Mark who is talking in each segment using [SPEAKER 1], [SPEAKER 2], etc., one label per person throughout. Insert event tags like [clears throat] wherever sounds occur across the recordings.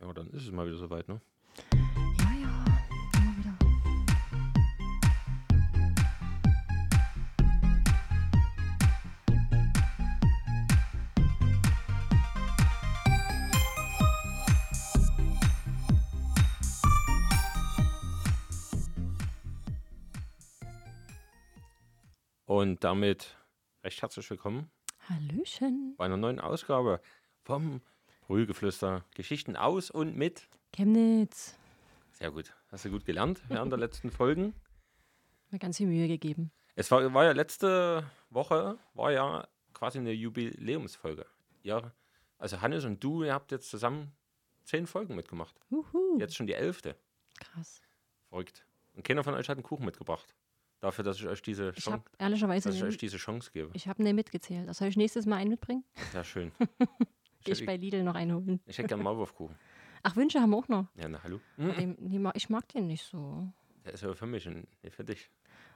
[SPEAKER 1] Ja, dann ist es mal wieder soweit, ne?
[SPEAKER 2] Ja, ja, immer wieder.
[SPEAKER 1] Und damit recht herzlich willkommen
[SPEAKER 2] Hallöchen.
[SPEAKER 1] bei einer neuen Ausgabe vom Brühgeflüster. Geschichten aus und mit.
[SPEAKER 2] Chemnitz.
[SPEAKER 1] Sehr gut. Hast du gut gelernt während der letzten Folgen?
[SPEAKER 2] Mir ganz viel Mühe gegeben.
[SPEAKER 1] Es war, war ja letzte Woche, war ja quasi eine Jubiläumsfolge. Ja, also Hannes und du, ihr habt jetzt zusammen zehn Folgen mitgemacht.
[SPEAKER 2] Uhu.
[SPEAKER 1] Jetzt schon die elfte.
[SPEAKER 2] Krass.
[SPEAKER 1] Verrückt. Und keiner von euch hat einen Kuchen mitgebracht. Dafür, dass ich euch diese,
[SPEAKER 2] Ich
[SPEAKER 1] Chan
[SPEAKER 2] habe ehrlicherweise
[SPEAKER 1] dass Also ich euch
[SPEAKER 2] nicht,
[SPEAKER 1] diese Chance gebe.
[SPEAKER 2] ich hab nicht mitgezählt. Das soll ich nächstes Mal einen mitbringen?
[SPEAKER 1] Sehr
[SPEAKER 2] [laughs]
[SPEAKER 1] schön.
[SPEAKER 2] Gehe ich
[SPEAKER 1] hätte-
[SPEAKER 2] bei Lidl noch einen holen.
[SPEAKER 1] ich hätte gerne Maulwurfkuchen.
[SPEAKER 2] Ach, Wünsche haben wir auch noch.
[SPEAKER 1] Ja, na hallo.
[SPEAKER 2] Den, die ma- ich mag den nicht so.
[SPEAKER 1] Der ist ja für mich und nicht für dich.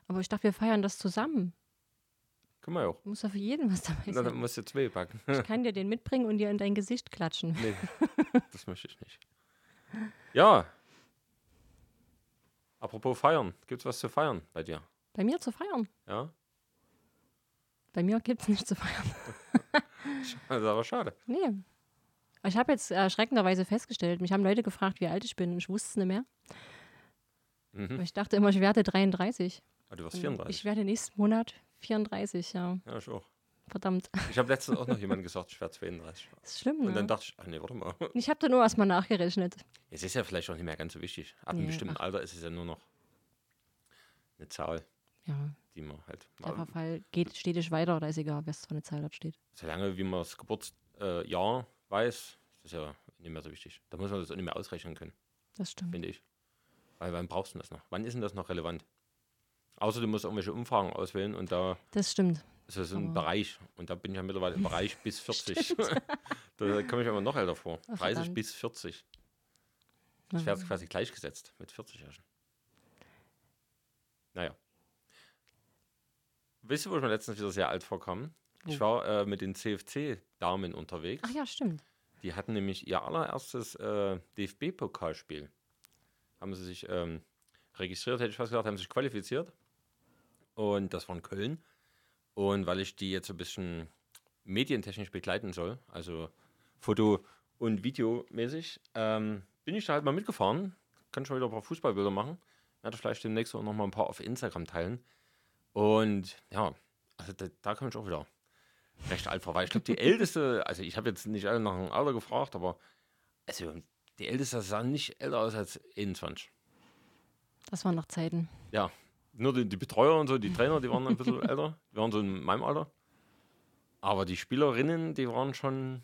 [SPEAKER 2] Aber ich dachte, wir feiern das zusammen.
[SPEAKER 1] Können wir ja auch.
[SPEAKER 2] Muss ja für jeden was dabei
[SPEAKER 1] Na, dann
[SPEAKER 2] sein.
[SPEAKER 1] musst du zwei backen.
[SPEAKER 2] Ich kann dir den mitbringen und dir in dein Gesicht klatschen.
[SPEAKER 1] nee, das möchte ich nicht. Ja. Apropos feiern. Gibt's was zu feiern bei dir?
[SPEAKER 2] Bei mir zu feiern.
[SPEAKER 1] Ja?
[SPEAKER 2] Bei mir gibt es nichts zu feiern.
[SPEAKER 1] Ah, Das ist aber schade.
[SPEAKER 2] Nee. Ich habe jetzt erschreckenderweise festgestellt, mich haben Leute gefragt, wie alt ich bin und ich wusste es nicht mehr.
[SPEAKER 1] Mhm.
[SPEAKER 2] Aber ich dachte immer, ich werde 33.
[SPEAKER 1] Aber Ah, du warst 34.
[SPEAKER 2] Ich werde nächsten Monat 34, ja.
[SPEAKER 1] ja, ich auch.
[SPEAKER 2] Verdammt. [laughs]
[SPEAKER 1] Ich habe letztens auch noch jemandem gesagt, ich werde 32.
[SPEAKER 2] Das ist schlimm,
[SPEAKER 1] Und dann
[SPEAKER 2] ne?
[SPEAKER 1] dachte ich, ach nee, warte mal.
[SPEAKER 2] Ich habe da nur erstmal nachgerechnet.
[SPEAKER 1] Es ist ja vielleicht auch nicht mehr ganz so wichtig. Ab einem
[SPEAKER 2] Nee,
[SPEAKER 1] bestimmten
[SPEAKER 2] ach.
[SPEAKER 1] Alter ist es ja nur noch eine Zahl,
[SPEAKER 2] Ja,
[SPEAKER 1] die man halt.
[SPEAKER 2] der Verfall geht stetig weiter, da ist egal, wer es für eine Zahl dort steht.
[SPEAKER 1] Solange wie man das Geburtsjahr äh, Jahr weiß, ist das ja nicht mehr so wichtig. Da muss man das auch nicht mehr ausrechnen können,
[SPEAKER 2] Das stimmt.
[SPEAKER 1] finde ich. Weil wann brauchst du denn das noch? Wann ist denn das noch relevant? Außer du musst irgendwelche Umfragen auswählen und da
[SPEAKER 2] Das stimmt.
[SPEAKER 1] ist das ein
[SPEAKER 2] Aber-
[SPEAKER 1] Bereich. Und da bin ich ja mittlerweile im Bereich bis
[SPEAKER 2] [laughs]
[SPEAKER 1] 40. [laughs] da komme ich aber noch älter vor.
[SPEAKER 2] Ach,
[SPEAKER 1] 30
[SPEAKER 2] verdammt.
[SPEAKER 1] bis 40.
[SPEAKER 2] Ja. ne?
[SPEAKER 1] Das wäre quasi gleichgesetzt mit 40 Jahren. Naja. Wisst ihr, wo ich mir letztens wieder sehr alt vorkam? Ich war äh, mit den CFC-Damen unterwegs.
[SPEAKER 2] Ach ja, stimmt.
[SPEAKER 1] Die hatten nämlich ihr allererstes äh, DFB-Pokalspiel. Haben sie sich ähm, registriert, hätte ich fast gesagt, haben sich qualifiziert. Und das war in Köln. Und weil ich die jetzt so ein bisschen medientechnisch begleiten soll, also Foto- und Videomäßig, ähm, bin ich da halt mal mitgefahren. Kann schon wieder ein paar Fußballbilder machen. Werde vielleicht demnächst auch noch mal ein paar auf Instagram teilen. Und ja, also da, da komme ich auch wieder recht alt vor, weil ich glaube, die älteste, also ich habe jetzt nicht alle nach dem Alter gefragt, aber also die älteste sah nicht älter aus als 21.
[SPEAKER 2] Das waren noch Zeiten.
[SPEAKER 1] Ja, nur die, die Betreuer und so, die Trainer, die waren ein bisschen älter, die waren so in meinem Alter. Aber die Spielerinnen, die waren schon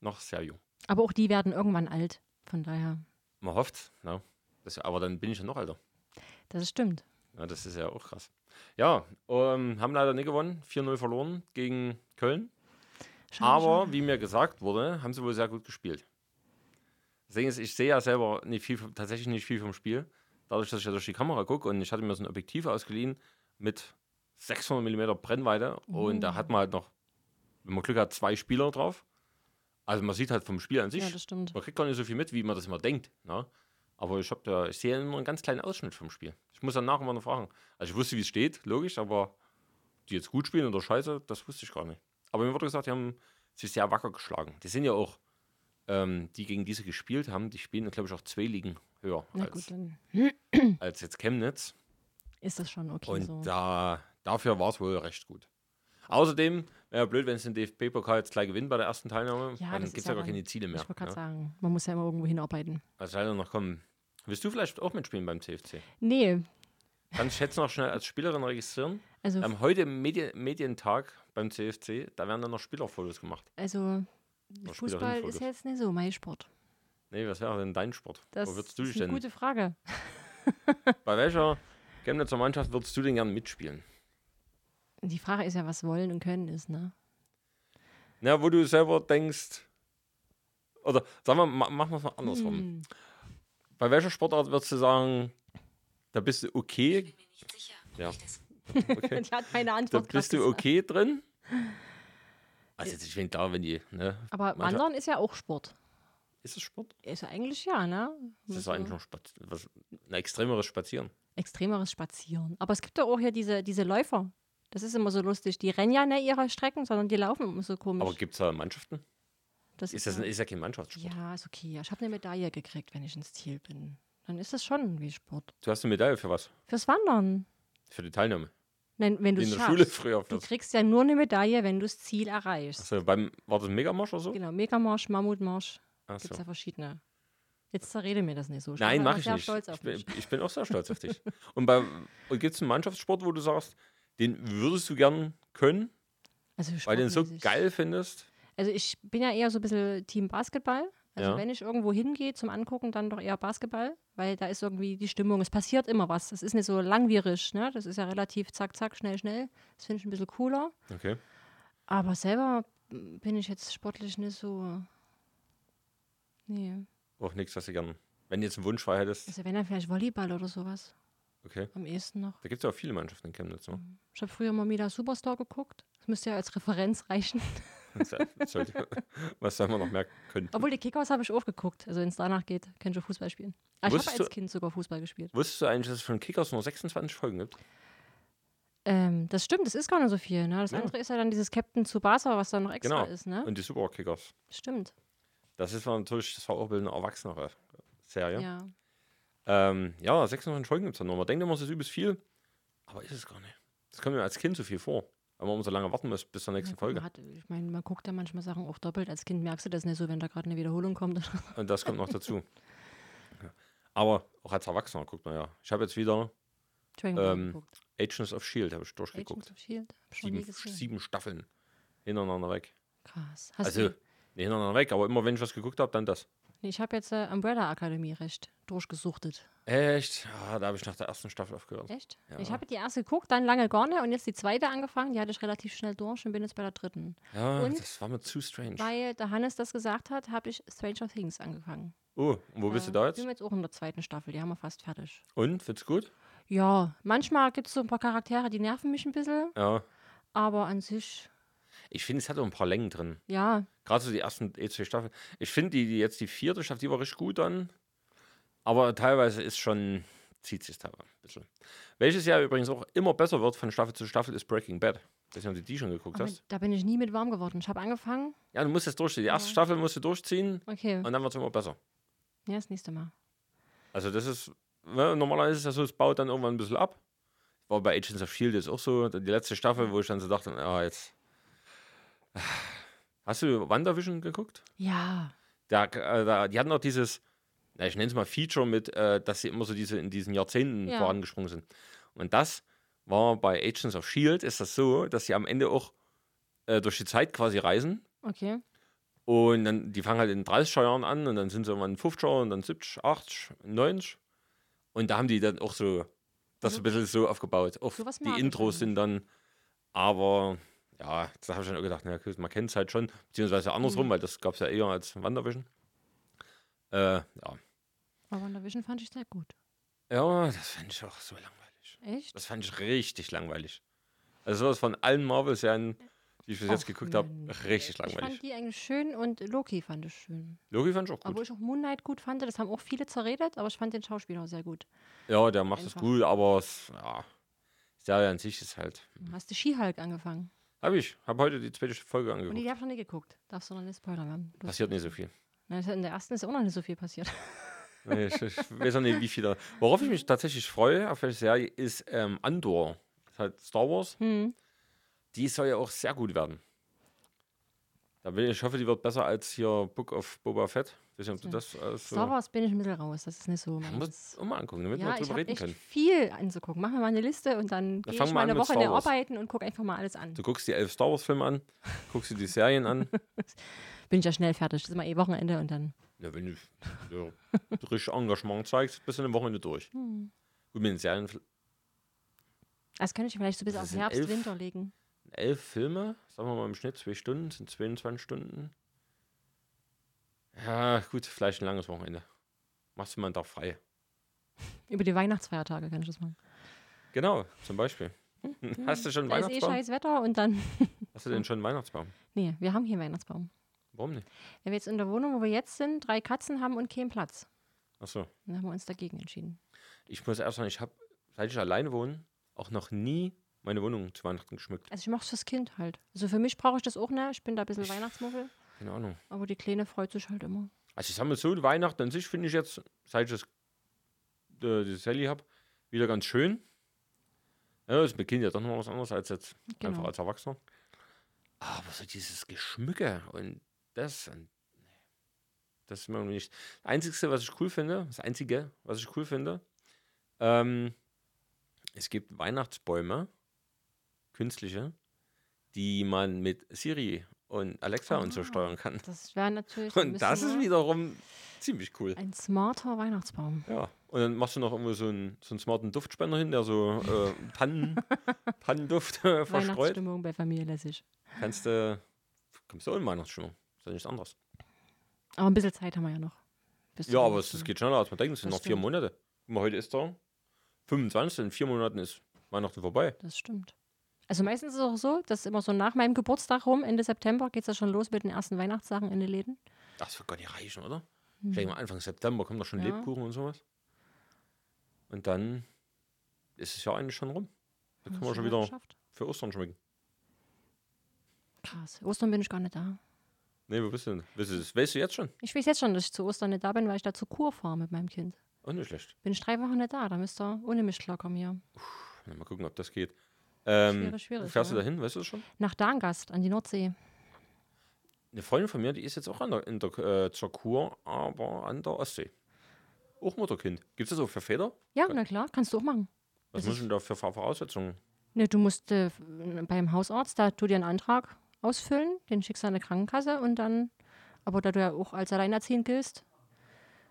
[SPEAKER 1] noch sehr jung.
[SPEAKER 2] Aber auch die werden irgendwann alt. Von daher,
[SPEAKER 1] Man hofft, ne? Das, aber dann bin ich ja noch älter.
[SPEAKER 2] das stimmt.
[SPEAKER 1] Ja, das ist ja auch krass. Ja, ähm, haben leider nicht gewonnen, 4-0 verloren gegen Köln.
[SPEAKER 2] Schade,
[SPEAKER 1] Aber
[SPEAKER 2] schade.
[SPEAKER 1] wie mir gesagt wurde, haben sie wohl sehr gut gespielt. Deswegen ist, ich sehe ja selber nicht viel, vom- tatsächlich nicht viel vom Spiel. Dadurch, dass ich ja durch die Kamera gucke und ich hatte mir so ein Objektiv ausgeliehen mit 600 mm Brennweite und da hat man halt noch, wenn man Glück hat, zwei Spieler drauf. Also man sieht halt vom Spiel an sich,
[SPEAKER 2] Ja, das stimmt.
[SPEAKER 1] man kriegt gar nicht so viel mit, wie man das immer denkt. Ne? Aber ich, hab da, ich sehe ja nur einen ganz kleinen Ausschnitt vom Spiel. Ich muss danach immer noch fragen. Also ich wusste, wie es steht, logisch, aber die jetzt gut spielen oder scheiße, das wusste ich gar nicht. Aber mir wurde gesagt, die haben sich sehr wacker geschlagen. Die sind ja auch, ähm, die gegen diese gespielt haben, die spielen, glaube ich, auch zwei Ligen höher
[SPEAKER 2] Na
[SPEAKER 1] als,
[SPEAKER 2] gut, Hm. dann
[SPEAKER 1] als jetzt Chemnitz.
[SPEAKER 2] ist das schon okay
[SPEAKER 1] Und
[SPEAKER 2] so.
[SPEAKER 1] da, dafür war es wohl recht gut. Außerdem wäre ja blöd, wenn es den DFB-Pokal jetzt gleich gewinnt bei der ersten Teilnahme.
[SPEAKER 2] Ja,
[SPEAKER 1] dann
[SPEAKER 2] das
[SPEAKER 1] gibt es
[SPEAKER 2] ist ja
[SPEAKER 1] ja gar
[SPEAKER 2] dann-
[SPEAKER 1] keine Ziele
[SPEAKER 2] ich
[SPEAKER 1] mehr.
[SPEAKER 2] wollte gerade
[SPEAKER 1] Ne?
[SPEAKER 2] sagen, man muss ja immer irgendwo hinarbeiten.
[SPEAKER 1] Also leider noch kommen. Willst du vielleicht auch mitspielen beim CFC?
[SPEAKER 2] Nee,
[SPEAKER 1] Kannst du jetzt noch schnell als Spielerin registrieren?
[SPEAKER 2] also,
[SPEAKER 1] Wir haben heute im Medi Medientag beim CFC, da werden dann noch Spielerfotos gemacht.
[SPEAKER 2] also
[SPEAKER 1] Oder
[SPEAKER 2] Fußball ist
[SPEAKER 1] Spielerinnenfotos.
[SPEAKER 2] ja jetzt nicht so mein Sport.
[SPEAKER 1] Nee, was wäre denn dein Sport?
[SPEAKER 2] Das
[SPEAKER 1] Wo würdest du dich
[SPEAKER 2] ist eine
[SPEAKER 1] denn?
[SPEAKER 2] gute Frage.
[SPEAKER 1] Bei welcher Chemnitzer Mannschaft würdest du denn gern mitspielen?
[SPEAKER 2] Die Frage ist ja, was wollen und können
[SPEAKER 1] [laughs]
[SPEAKER 2] ist, ne? [laughs]
[SPEAKER 1] Na, wo du selber denkst. Oder sagen wir, ma machen wir es mal andersrum.
[SPEAKER 2] Hm.
[SPEAKER 1] Bei welcher Sportart würdest du sagen, da bist du okay? Ja. Okay.
[SPEAKER 2] Ich hatte keine
[SPEAKER 1] Da
[SPEAKER 2] Antwort.
[SPEAKER 1] bist
[SPEAKER 2] grad
[SPEAKER 1] du
[SPEAKER 2] gesagt.
[SPEAKER 1] okay
[SPEAKER 2] [laughs]
[SPEAKER 1] drin? Also, jetzt, ich bin klar, wenn die. Ne?
[SPEAKER 2] Aber
[SPEAKER 1] Manche-
[SPEAKER 2] Wandern ist ja auch Sport.
[SPEAKER 1] Ist es Sport?
[SPEAKER 2] Ist eigentlich ja, ne?
[SPEAKER 1] Das ist
[SPEAKER 2] Also
[SPEAKER 1] eigentlich noch Spaz was, ein extremeres Spazieren.
[SPEAKER 2] extremeres Spazieren. Aber es gibt ja auch hier diese, diese Läufer. Das ist immer so lustig. Die rennen ja nicht ihre Strecken, sondern die laufen immer so komisch.
[SPEAKER 1] Aber gibt es da Mannschaften?
[SPEAKER 2] das
[SPEAKER 1] Ist das
[SPEAKER 2] ja-
[SPEAKER 1] ist ja kein Mannschaftssport.
[SPEAKER 2] Ja, ist okay. Ich habe eine Medaille gekriegt, wenn ich ins Ziel bin. Dann ist das schon wie Sport.
[SPEAKER 1] Du hast eine Medaille für was?
[SPEAKER 2] Fürs Wandern.
[SPEAKER 1] Für die Teilnahme.
[SPEAKER 2] Nein, wenn du
[SPEAKER 1] In
[SPEAKER 2] es
[SPEAKER 1] der
[SPEAKER 2] schaffst.
[SPEAKER 1] Schule früher.
[SPEAKER 2] du
[SPEAKER 1] [laughs] Für das.
[SPEAKER 2] kriegst ja nur eine Medaille, wenn du das Ziel erreichst.
[SPEAKER 1] Achso, beim, war das ein Megamarsch oder so?
[SPEAKER 2] Genau, Megamarsch, Mammutmarsch. Gibt
[SPEAKER 1] Achso.
[SPEAKER 2] es ja verschiedene. Jetzt zerrede mir das nicht so.
[SPEAKER 1] Nein,
[SPEAKER 2] bin aber
[SPEAKER 1] mache ich
[SPEAKER 2] sehr
[SPEAKER 1] nicht.
[SPEAKER 2] Stolz auf
[SPEAKER 1] ich, bin,
[SPEAKER 2] mich.
[SPEAKER 1] ich bin auch
[SPEAKER 2] [laughs]
[SPEAKER 1] sehr stolz auf dich. Und, bei- und gibt es einen Mannschaftssport, wo du sagst, den würdest du gern können,
[SPEAKER 2] Also
[SPEAKER 1] weil du den so
[SPEAKER 2] sportmäßig.
[SPEAKER 1] geil findest?
[SPEAKER 2] Also ich bin ja eher so ein bisschen Team Basketball. Also
[SPEAKER 1] Ja.
[SPEAKER 2] wenn ich irgendwo hingehe zum Angucken, dann doch eher Basketball, weil da ist irgendwie die Stimmung. Es passiert immer was. Es ist nicht so langwierig. Ne? Das ist ja relativ zack, zack, schnell, schnell. Das finde ich ein bisschen cooler.
[SPEAKER 1] Okay.
[SPEAKER 2] Aber selber m, bin ich jetzt sportlich nicht so. Nee.
[SPEAKER 1] Auch nichts, was du gern. Wenn du jetzt einen Wunsch frei hättest.
[SPEAKER 2] Also wenn dann vielleicht Volleyball oder sowas.
[SPEAKER 1] Okay.
[SPEAKER 2] Am ehesten noch.
[SPEAKER 1] Da gibt es ja auch viele Mannschaften in Chemnitz. Ne?
[SPEAKER 2] Ich habe früher mal wieder Superstar geguckt. Das müsste ja als Referenz reichen. [laughs]
[SPEAKER 1] Das Sollte, [laughs] was soll man noch merken können?
[SPEAKER 2] Obwohl, die Kickers habe ich auch geguckt. Also wenn es danach geht, kann ich schon Fußball spielen. Ah, ich habe
[SPEAKER 1] Wusstest
[SPEAKER 2] als
[SPEAKER 1] du-
[SPEAKER 2] Kind sogar Fußball gespielt.
[SPEAKER 1] Wusstest du eigentlich, dass es von Kickers nur 26 Folgen gibt?
[SPEAKER 2] Ähm, das stimmt, das ist gar nicht so viel. Ne? Das
[SPEAKER 1] Ja.
[SPEAKER 2] andere ist ja dann dieses Captain Tsubasa, was dann noch extra
[SPEAKER 1] Genau.
[SPEAKER 2] ist. Ne?
[SPEAKER 1] Und die Super Kickers.
[SPEAKER 2] Stimmt.
[SPEAKER 1] Das ist war natürlich, das war auch eine erwachsenere Serie.
[SPEAKER 2] Ja.
[SPEAKER 1] Ja, ähm, ja 26 Folgen gibt es da nur. Man denkt immer, es ist übelst viel, aber ist es gar nicht. Das kommt mir als Kind so viel vor, weil man immer so lange warten muss bis zur nächsten
[SPEAKER 2] Ja, gut,
[SPEAKER 1] Folge.
[SPEAKER 2] Man hat, ich meine, man guckt ja manchmal Sachen auch doppelt. Als Kind merkst du das nicht so, wenn da gerade eine Wiederholung kommt. [laughs]
[SPEAKER 1] Und das kommt noch dazu. Ja. Aber auch als Erwachsener guckt man ja. Ich habe jetzt wieder
[SPEAKER 2] Dragon Ball
[SPEAKER 1] Ähm,
[SPEAKER 2] geguckt.
[SPEAKER 1] Agents of Shield habe ich
[SPEAKER 2] Agents
[SPEAKER 1] durchgeguckt.
[SPEAKER 2] of Shield. Hab ich noch nie
[SPEAKER 1] Sieben,
[SPEAKER 2] gesehen.
[SPEAKER 1] sieben Staffeln hintereinander weg.
[SPEAKER 2] Krass. Hast
[SPEAKER 1] also,
[SPEAKER 2] du,
[SPEAKER 1] nee, hintereinander weg, aber immer wenn ich was geguckt habe, dann das.
[SPEAKER 2] nee, ich habe jetzt äh, Umbrella Akademie recht durchgesuchtet.
[SPEAKER 1] Echt? Ah, da habe ich nach der ersten Staffel aufgehört.
[SPEAKER 2] Echt?
[SPEAKER 1] Ja.
[SPEAKER 2] Ich habe die erste geguckt, dann lange Gorne und jetzt die zweite angefangen. Die hatte ich relativ schnell durch und bin jetzt bei der dritten.
[SPEAKER 1] Ja,
[SPEAKER 2] Und?
[SPEAKER 1] das war mir zu strange.
[SPEAKER 2] Weil der Hannes das gesagt hat, habe ich Stranger Things angefangen.
[SPEAKER 1] Oh, und wo bist du
[SPEAKER 2] Äh,
[SPEAKER 1] da jetzt?
[SPEAKER 2] Sind wir jetzt auch in der zweiten Staffel, die haben wir fast fertig.
[SPEAKER 1] Und? Find's gut?
[SPEAKER 2] Ja, manchmal gibt es so ein paar Charaktere, die nerven mich ein bisschen,
[SPEAKER 1] Ja.
[SPEAKER 2] aber an sich,
[SPEAKER 1] Ich finde, es hat auch ein paar Längen drin.
[SPEAKER 2] ja.
[SPEAKER 1] Gerade so die ersten E2 Staffeln. Ich finde die, die jetzt die vierte Staffel, die war richtig gut dann. Aber teilweise ist schon, zieht sich teilweise ein bisschen. Welches Jahr übrigens auch immer besser wird von Staffel zu Staffel ist Breaking Bad. Deswegen haben sie die schon geguckt
[SPEAKER 2] Aber
[SPEAKER 1] hast.
[SPEAKER 2] da bin ich nie mit warm geworden. Ich habe angefangen,
[SPEAKER 1] Ja, du musst es durchziehen. Die erste Staffel musst du durchziehen
[SPEAKER 2] okay,
[SPEAKER 1] und dann wird es immer besser.
[SPEAKER 2] ja, das nächste Mal.
[SPEAKER 1] Also das ist, ne, normalerweise ist das so, es baut dann irgendwann ein bisschen ab. War bei Agents of S.H.I.E.L.D. E jetzt auch so. Die letzte Staffel, wo ich dann so dachte, ja, jetzt. äh, Hast du WandaVision geguckt?
[SPEAKER 2] Ja,
[SPEAKER 1] Da, äh, da, die hatten auch dieses, na, ich nenne es mal Feature mit, äh, dass sie immer so diese in diesen Jahrzehnten
[SPEAKER 2] Ja.
[SPEAKER 1] vorangesprungen sind. Und das war bei Agents of S.H.I.E.L.D. E ist das so, dass sie am Ende auch äh, durch die Zeit quasi reisen
[SPEAKER 2] okay.
[SPEAKER 1] und dann, die fangen halt in 30er Jahren an und dann sind sie irgendwann in 50er und dann 70, 80, 90. Und da haben die dann auch so das
[SPEAKER 2] Mhm.
[SPEAKER 1] ein bisschen so aufgebaut. Auch
[SPEAKER 2] Sowas mag
[SPEAKER 1] die
[SPEAKER 2] ich
[SPEAKER 1] Intros sind dann, aber ja, das habe ich dann auch gedacht, na, gut, man kennt es halt schon, beziehungsweise andersrum, weil das gab es ja eher als Wanderwischen. Äh, ja.
[SPEAKER 2] Aber WandaVision fand ich sehr gut.
[SPEAKER 1] ja, das fand ich auch so langweilig.
[SPEAKER 2] Echt?
[SPEAKER 1] Das fand ich richtig langweilig. Also sowas von allen Marvel-Serien, die ich bis jetzt
[SPEAKER 2] Ach,
[SPEAKER 1] geguckt habe,
[SPEAKER 2] Mensch.
[SPEAKER 1] richtig
[SPEAKER 2] Ich fand
[SPEAKER 1] langweilig.
[SPEAKER 2] die eigentlich schön und Loki fand ich schön.
[SPEAKER 1] Loki fand ich auch gut.
[SPEAKER 2] Obwohl ich auch Moon Knight gut fand, das haben auch viele zerredet, aber ich fand den Schauspieler sehr gut.
[SPEAKER 1] Ja, der macht es
[SPEAKER 2] Einfach.
[SPEAKER 1] gut, aber es, ja, Serie an sich ist halt.
[SPEAKER 2] Hast du She-Hulk angefangen?
[SPEAKER 1] Hab ich, hab heute die zweite Folge
[SPEAKER 2] Und
[SPEAKER 1] angeguckt.
[SPEAKER 2] die habe ich noch nicht geguckt. Darfst du noch nicht spoilern haben. Du-
[SPEAKER 1] Passiert nicht so viel.
[SPEAKER 2] Na, In der ersten ist auch noch nicht so viel passiert.
[SPEAKER 1] Nee, ich, ich weiß auch nicht, wie viel da. Worauf ich mich tatsächlich freue, auf welche Serie, ist ähm, Andor. Das ist halt Star Wars.
[SPEAKER 2] Hm.
[SPEAKER 1] Die soll ja auch sehr gut werden. Da bin ich, ich hoffe, die wird besser als hier Book of Boba Fett. Ich weiß nicht, ob du das äh, als.
[SPEAKER 2] Star Wars bin ich ein bisschen raus, das ist nicht so
[SPEAKER 1] Äh,
[SPEAKER 2] meins.
[SPEAKER 1] musst du mal angucken, damit wir
[SPEAKER 2] Ja, ich
[SPEAKER 1] drüber
[SPEAKER 2] habe
[SPEAKER 1] reden
[SPEAKER 2] echt
[SPEAKER 1] können.
[SPEAKER 2] viel anzugucken. Machen wir mal eine Liste und dann gehe
[SPEAKER 1] fangen
[SPEAKER 2] ich
[SPEAKER 1] wir
[SPEAKER 2] mal
[SPEAKER 1] an
[SPEAKER 2] eine
[SPEAKER 1] mit
[SPEAKER 2] Woche in der
[SPEAKER 1] Star Wars.
[SPEAKER 2] Arbeiten und gucke einfach mal alles an.
[SPEAKER 1] Du guckst die elf Star Wars-Filme an, guckst dir die Serien
[SPEAKER 2] [laughs]
[SPEAKER 1] an.
[SPEAKER 2] Bin ich ja schnell fertig. Das ist mal eh Wochenende und dann.
[SPEAKER 1] Na, wenn du ja, richtig Engagement zeigst, bist du eine Wochenende durch.
[SPEAKER 2] Hm.
[SPEAKER 1] Gut, mit den Serien vi-
[SPEAKER 2] Das könnte ich vielleicht so bis
[SPEAKER 1] Das
[SPEAKER 2] auf
[SPEAKER 1] sind
[SPEAKER 2] Herbst,
[SPEAKER 1] elf.
[SPEAKER 2] Winter legen.
[SPEAKER 1] elf Filme, sagen wir mal im Schnitt zwei Stunden, sind 22 Stunden. Ja, gut, vielleicht ein langes Wochenende. Machst du mal einen Tag frei.
[SPEAKER 2] Über die Weihnachtsfeiertage kann ich das machen. Genau.
[SPEAKER 1] Genau, zum Beispiel. [laughs] Hast du schon einen
[SPEAKER 2] Da ist eh
[SPEAKER 1] Weihnachtsbaum?
[SPEAKER 2] scheiß Wetter und dann. [laughs]
[SPEAKER 1] Hast du denn schon einen Weihnachtsbaum?
[SPEAKER 2] Nee, wir haben hier einen Weihnachtsbaum.
[SPEAKER 1] Warum nicht?
[SPEAKER 2] Wenn wir jetzt in der Wohnung, wo wir jetzt sind, drei Katzen haben und keinen Platz.
[SPEAKER 1] Achso.
[SPEAKER 2] Dann haben wir uns dagegen entschieden.
[SPEAKER 1] Ich muss erst sagen, ich habe, seit ich alleine wohne, auch noch nie meine Wohnung zu Weihnachten geschmückt.
[SPEAKER 2] Also ich mache es fürs Kind halt. Also für mich brauche ich das auch nicht. Ich bin da ein bisschen Weihnachtsmuffel.
[SPEAKER 1] Keine Ahnung.
[SPEAKER 2] Aber die Kleine freut sich halt immer.
[SPEAKER 1] Also ich sag mal so, Weihnachten an sich finde ich jetzt, seit ich das, äh, das Handy habe, wieder ganz schön. Ja, das beginnt ja doch noch mal was anderes als jetzt
[SPEAKER 2] Genau.
[SPEAKER 1] einfach als Erwachsener. Ah, Aber so dieses Geschmücke und das und nee. das ist mir irgendwie nicht. Das Einzige, was ich cool finde, das Einzige, was ich cool finde, ähm, es gibt Weihnachtsbäume, künstliche, die man mit Siri und Alexa und so
[SPEAKER 2] Ah.
[SPEAKER 1] steuern kann.
[SPEAKER 2] Das wäre natürlich ein
[SPEAKER 1] Und das
[SPEAKER 2] bisschen ne?
[SPEAKER 1] ist wiederum ziemlich cool.
[SPEAKER 2] ein smarter Weihnachtsbaum.
[SPEAKER 1] Ja. Und dann machst du noch irgendwo so einen, so einen smarten Duftspender hin, der so äh,
[SPEAKER 2] [laughs]
[SPEAKER 1] Pannen, Pannenduft äh, verstreut.
[SPEAKER 2] Weihnachtsstimmung bei Familie lässig.
[SPEAKER 1] Kannst du, kommst du auch in Weihnachtsstimmung. Ist ja nichts anderes.
[SPEAKER 2] Aber ein bisschen Zeit haben wir ja noch. Bis
[SPEAKER 1] Ja,
[SPEAKER 2] zum
[SPEAKER 1] aber es,
[SPEAKER 2] nächsten
[SPEAKER 1] es geht schneller, als man denkt. Es sind
[SPEAKER 2] Das
[SPEAKER 1] noch vier
[SPEAKER 2] stimmt.
[SPEAKER 1] Monate. Guck mal, heute ist da 25, in vier Monaten ist Weihnachten vorbei.
[SPEAKER 2] Mal. Das stimmt. Also meistens ist es auch so, dass immer so nach meinem Geburtstag rum, Ende September, geht es ja schon los mit den ersten Weihnachtssachen in den Läden. Hm.
[SPEAKER 1] Ach, das wird gar nicht reichen, oder? Ich denke mal, Anfang September kommen doch schon
[SPEAKER 2] Mhm. Ja.
[SPEAKER 1] Lebkuchen und sowas. Und dann ist es ja eigentlich schon rum. Da
[SPEAKER 2] Haben
[SPEAKER 1] können
[SPEAKER 2] wir
[SPEAKER 1] wir schon
[SPEAKER 2] schon
[SPEAKER 1] wieder
[SPEAKER 2] geschafft.
[SPEAKER 1] für Ostern schmecken.
[SPEAKER 2] Krass. Ostern bin ich gar nicht da.
[SPEAKER 1] Nee, wo bist du denn? Weißt du, das weißt du jetzt schon?
[SPEAKER 2] Ich weiß jetzt schon, dass ich zu Ostern nicht da bin, weil ich da zur Kur fahre mit meinem Kind.
[SPEAKER 1] Auch nicht schlecht.
[SPEAKER 2] Bin ich drei Wochen nicht da, da müsst ihr ohne mich klarkommen hier.
[SPEAKER 1] Na, mal gucken, ob das geht. Ähm,
[SPEAKER 2] Schwierig, schwierig,
[SPEAKER 1] Fährst
[SPEAKER 2] ja.
[SPEAKER 1] du dahin, weißt du das schon?
[SPEAKER 2] Nach Darngast an die Nordsee.
[SPEAKER 1] Eine Freundin von mir, die ist jetzt auch an der, in der äh, zur Kur, aber an der Ostsee. Auch Mutterkind. Gibt es das auch für Väter?
[SPEAKER 2] Ja, na klar, kannst du auch machen.
[SPEAKER 1] Was
[SPEAKER 2] Das
[SPEAKER 1] müssen da für Voraussetzungen?
[SPEAKER 2] Ne, du musst äh, f- beim Hausarzt, da tu dir einen Antrag ausfüllen, den schickst du an eine Krankenkasse und dann, aber da du ja auch als Alleinerziehend giltst,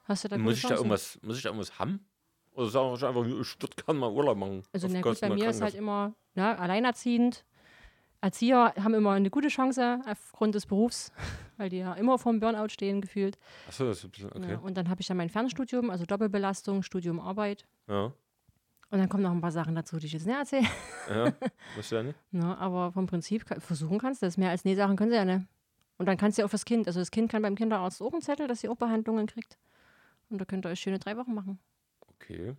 [SPEAKER 2] hast du da gute
[SPEAKER 1] Muss ich da,
[SPEAKER 2] Chancen.
[SPEAKER 1] irgendwas, muss ich da irgendwas haben? Oder sagen ich einfach, ich dort kann mal Urlaub machen?
[SPEAKER 2] Also
[SPEAKER 1] auf
[SPEAKER 2] na gut,
[SPEAKER 1] Kosten der
[SPEAKER 2] bei mir ist halt
[SPEAKER 1] Krankenkasse?
[SPEAKER 2] immer ne, alleinerziehend. Erzieher haben immer eine gute Chance aufgrund des Berufs, [laughs] weil die ja immer vorm Burnout stehen gefühlt.
[SPEAKER 1] Achso, das ist ein bisschen, okay.
[SPEAKER 2] Ja, und dann habe ich ja mein Fernstudium, also Doppelbelastung, Studium, Arbeit.
[SPEAKER 1] Ja.
[SPEAKER 2] Und dann kommen noch ein paar Sachen dazu, die ich jetzt nicht erzähle.
[SPEAKER 1] Ja.
[SPEAKER 2] [laughs]
[SPEAKER 1] Weißt du ja nicht?
[SPEAKER 2] Ne, aber vom Prinzip ka- versuchen kannst du das. Mehr als Nee-Sachen können sie ja nicht. Und dann kannst du ja auch fürs Kind. Also das Kind kann beim Kinderarzt auch einen Zettel, dass sie auch Behandlungen kriegt. Und da könnt ihr euch schöne drei Wochen machen.
[SPEAKER 1] Okay.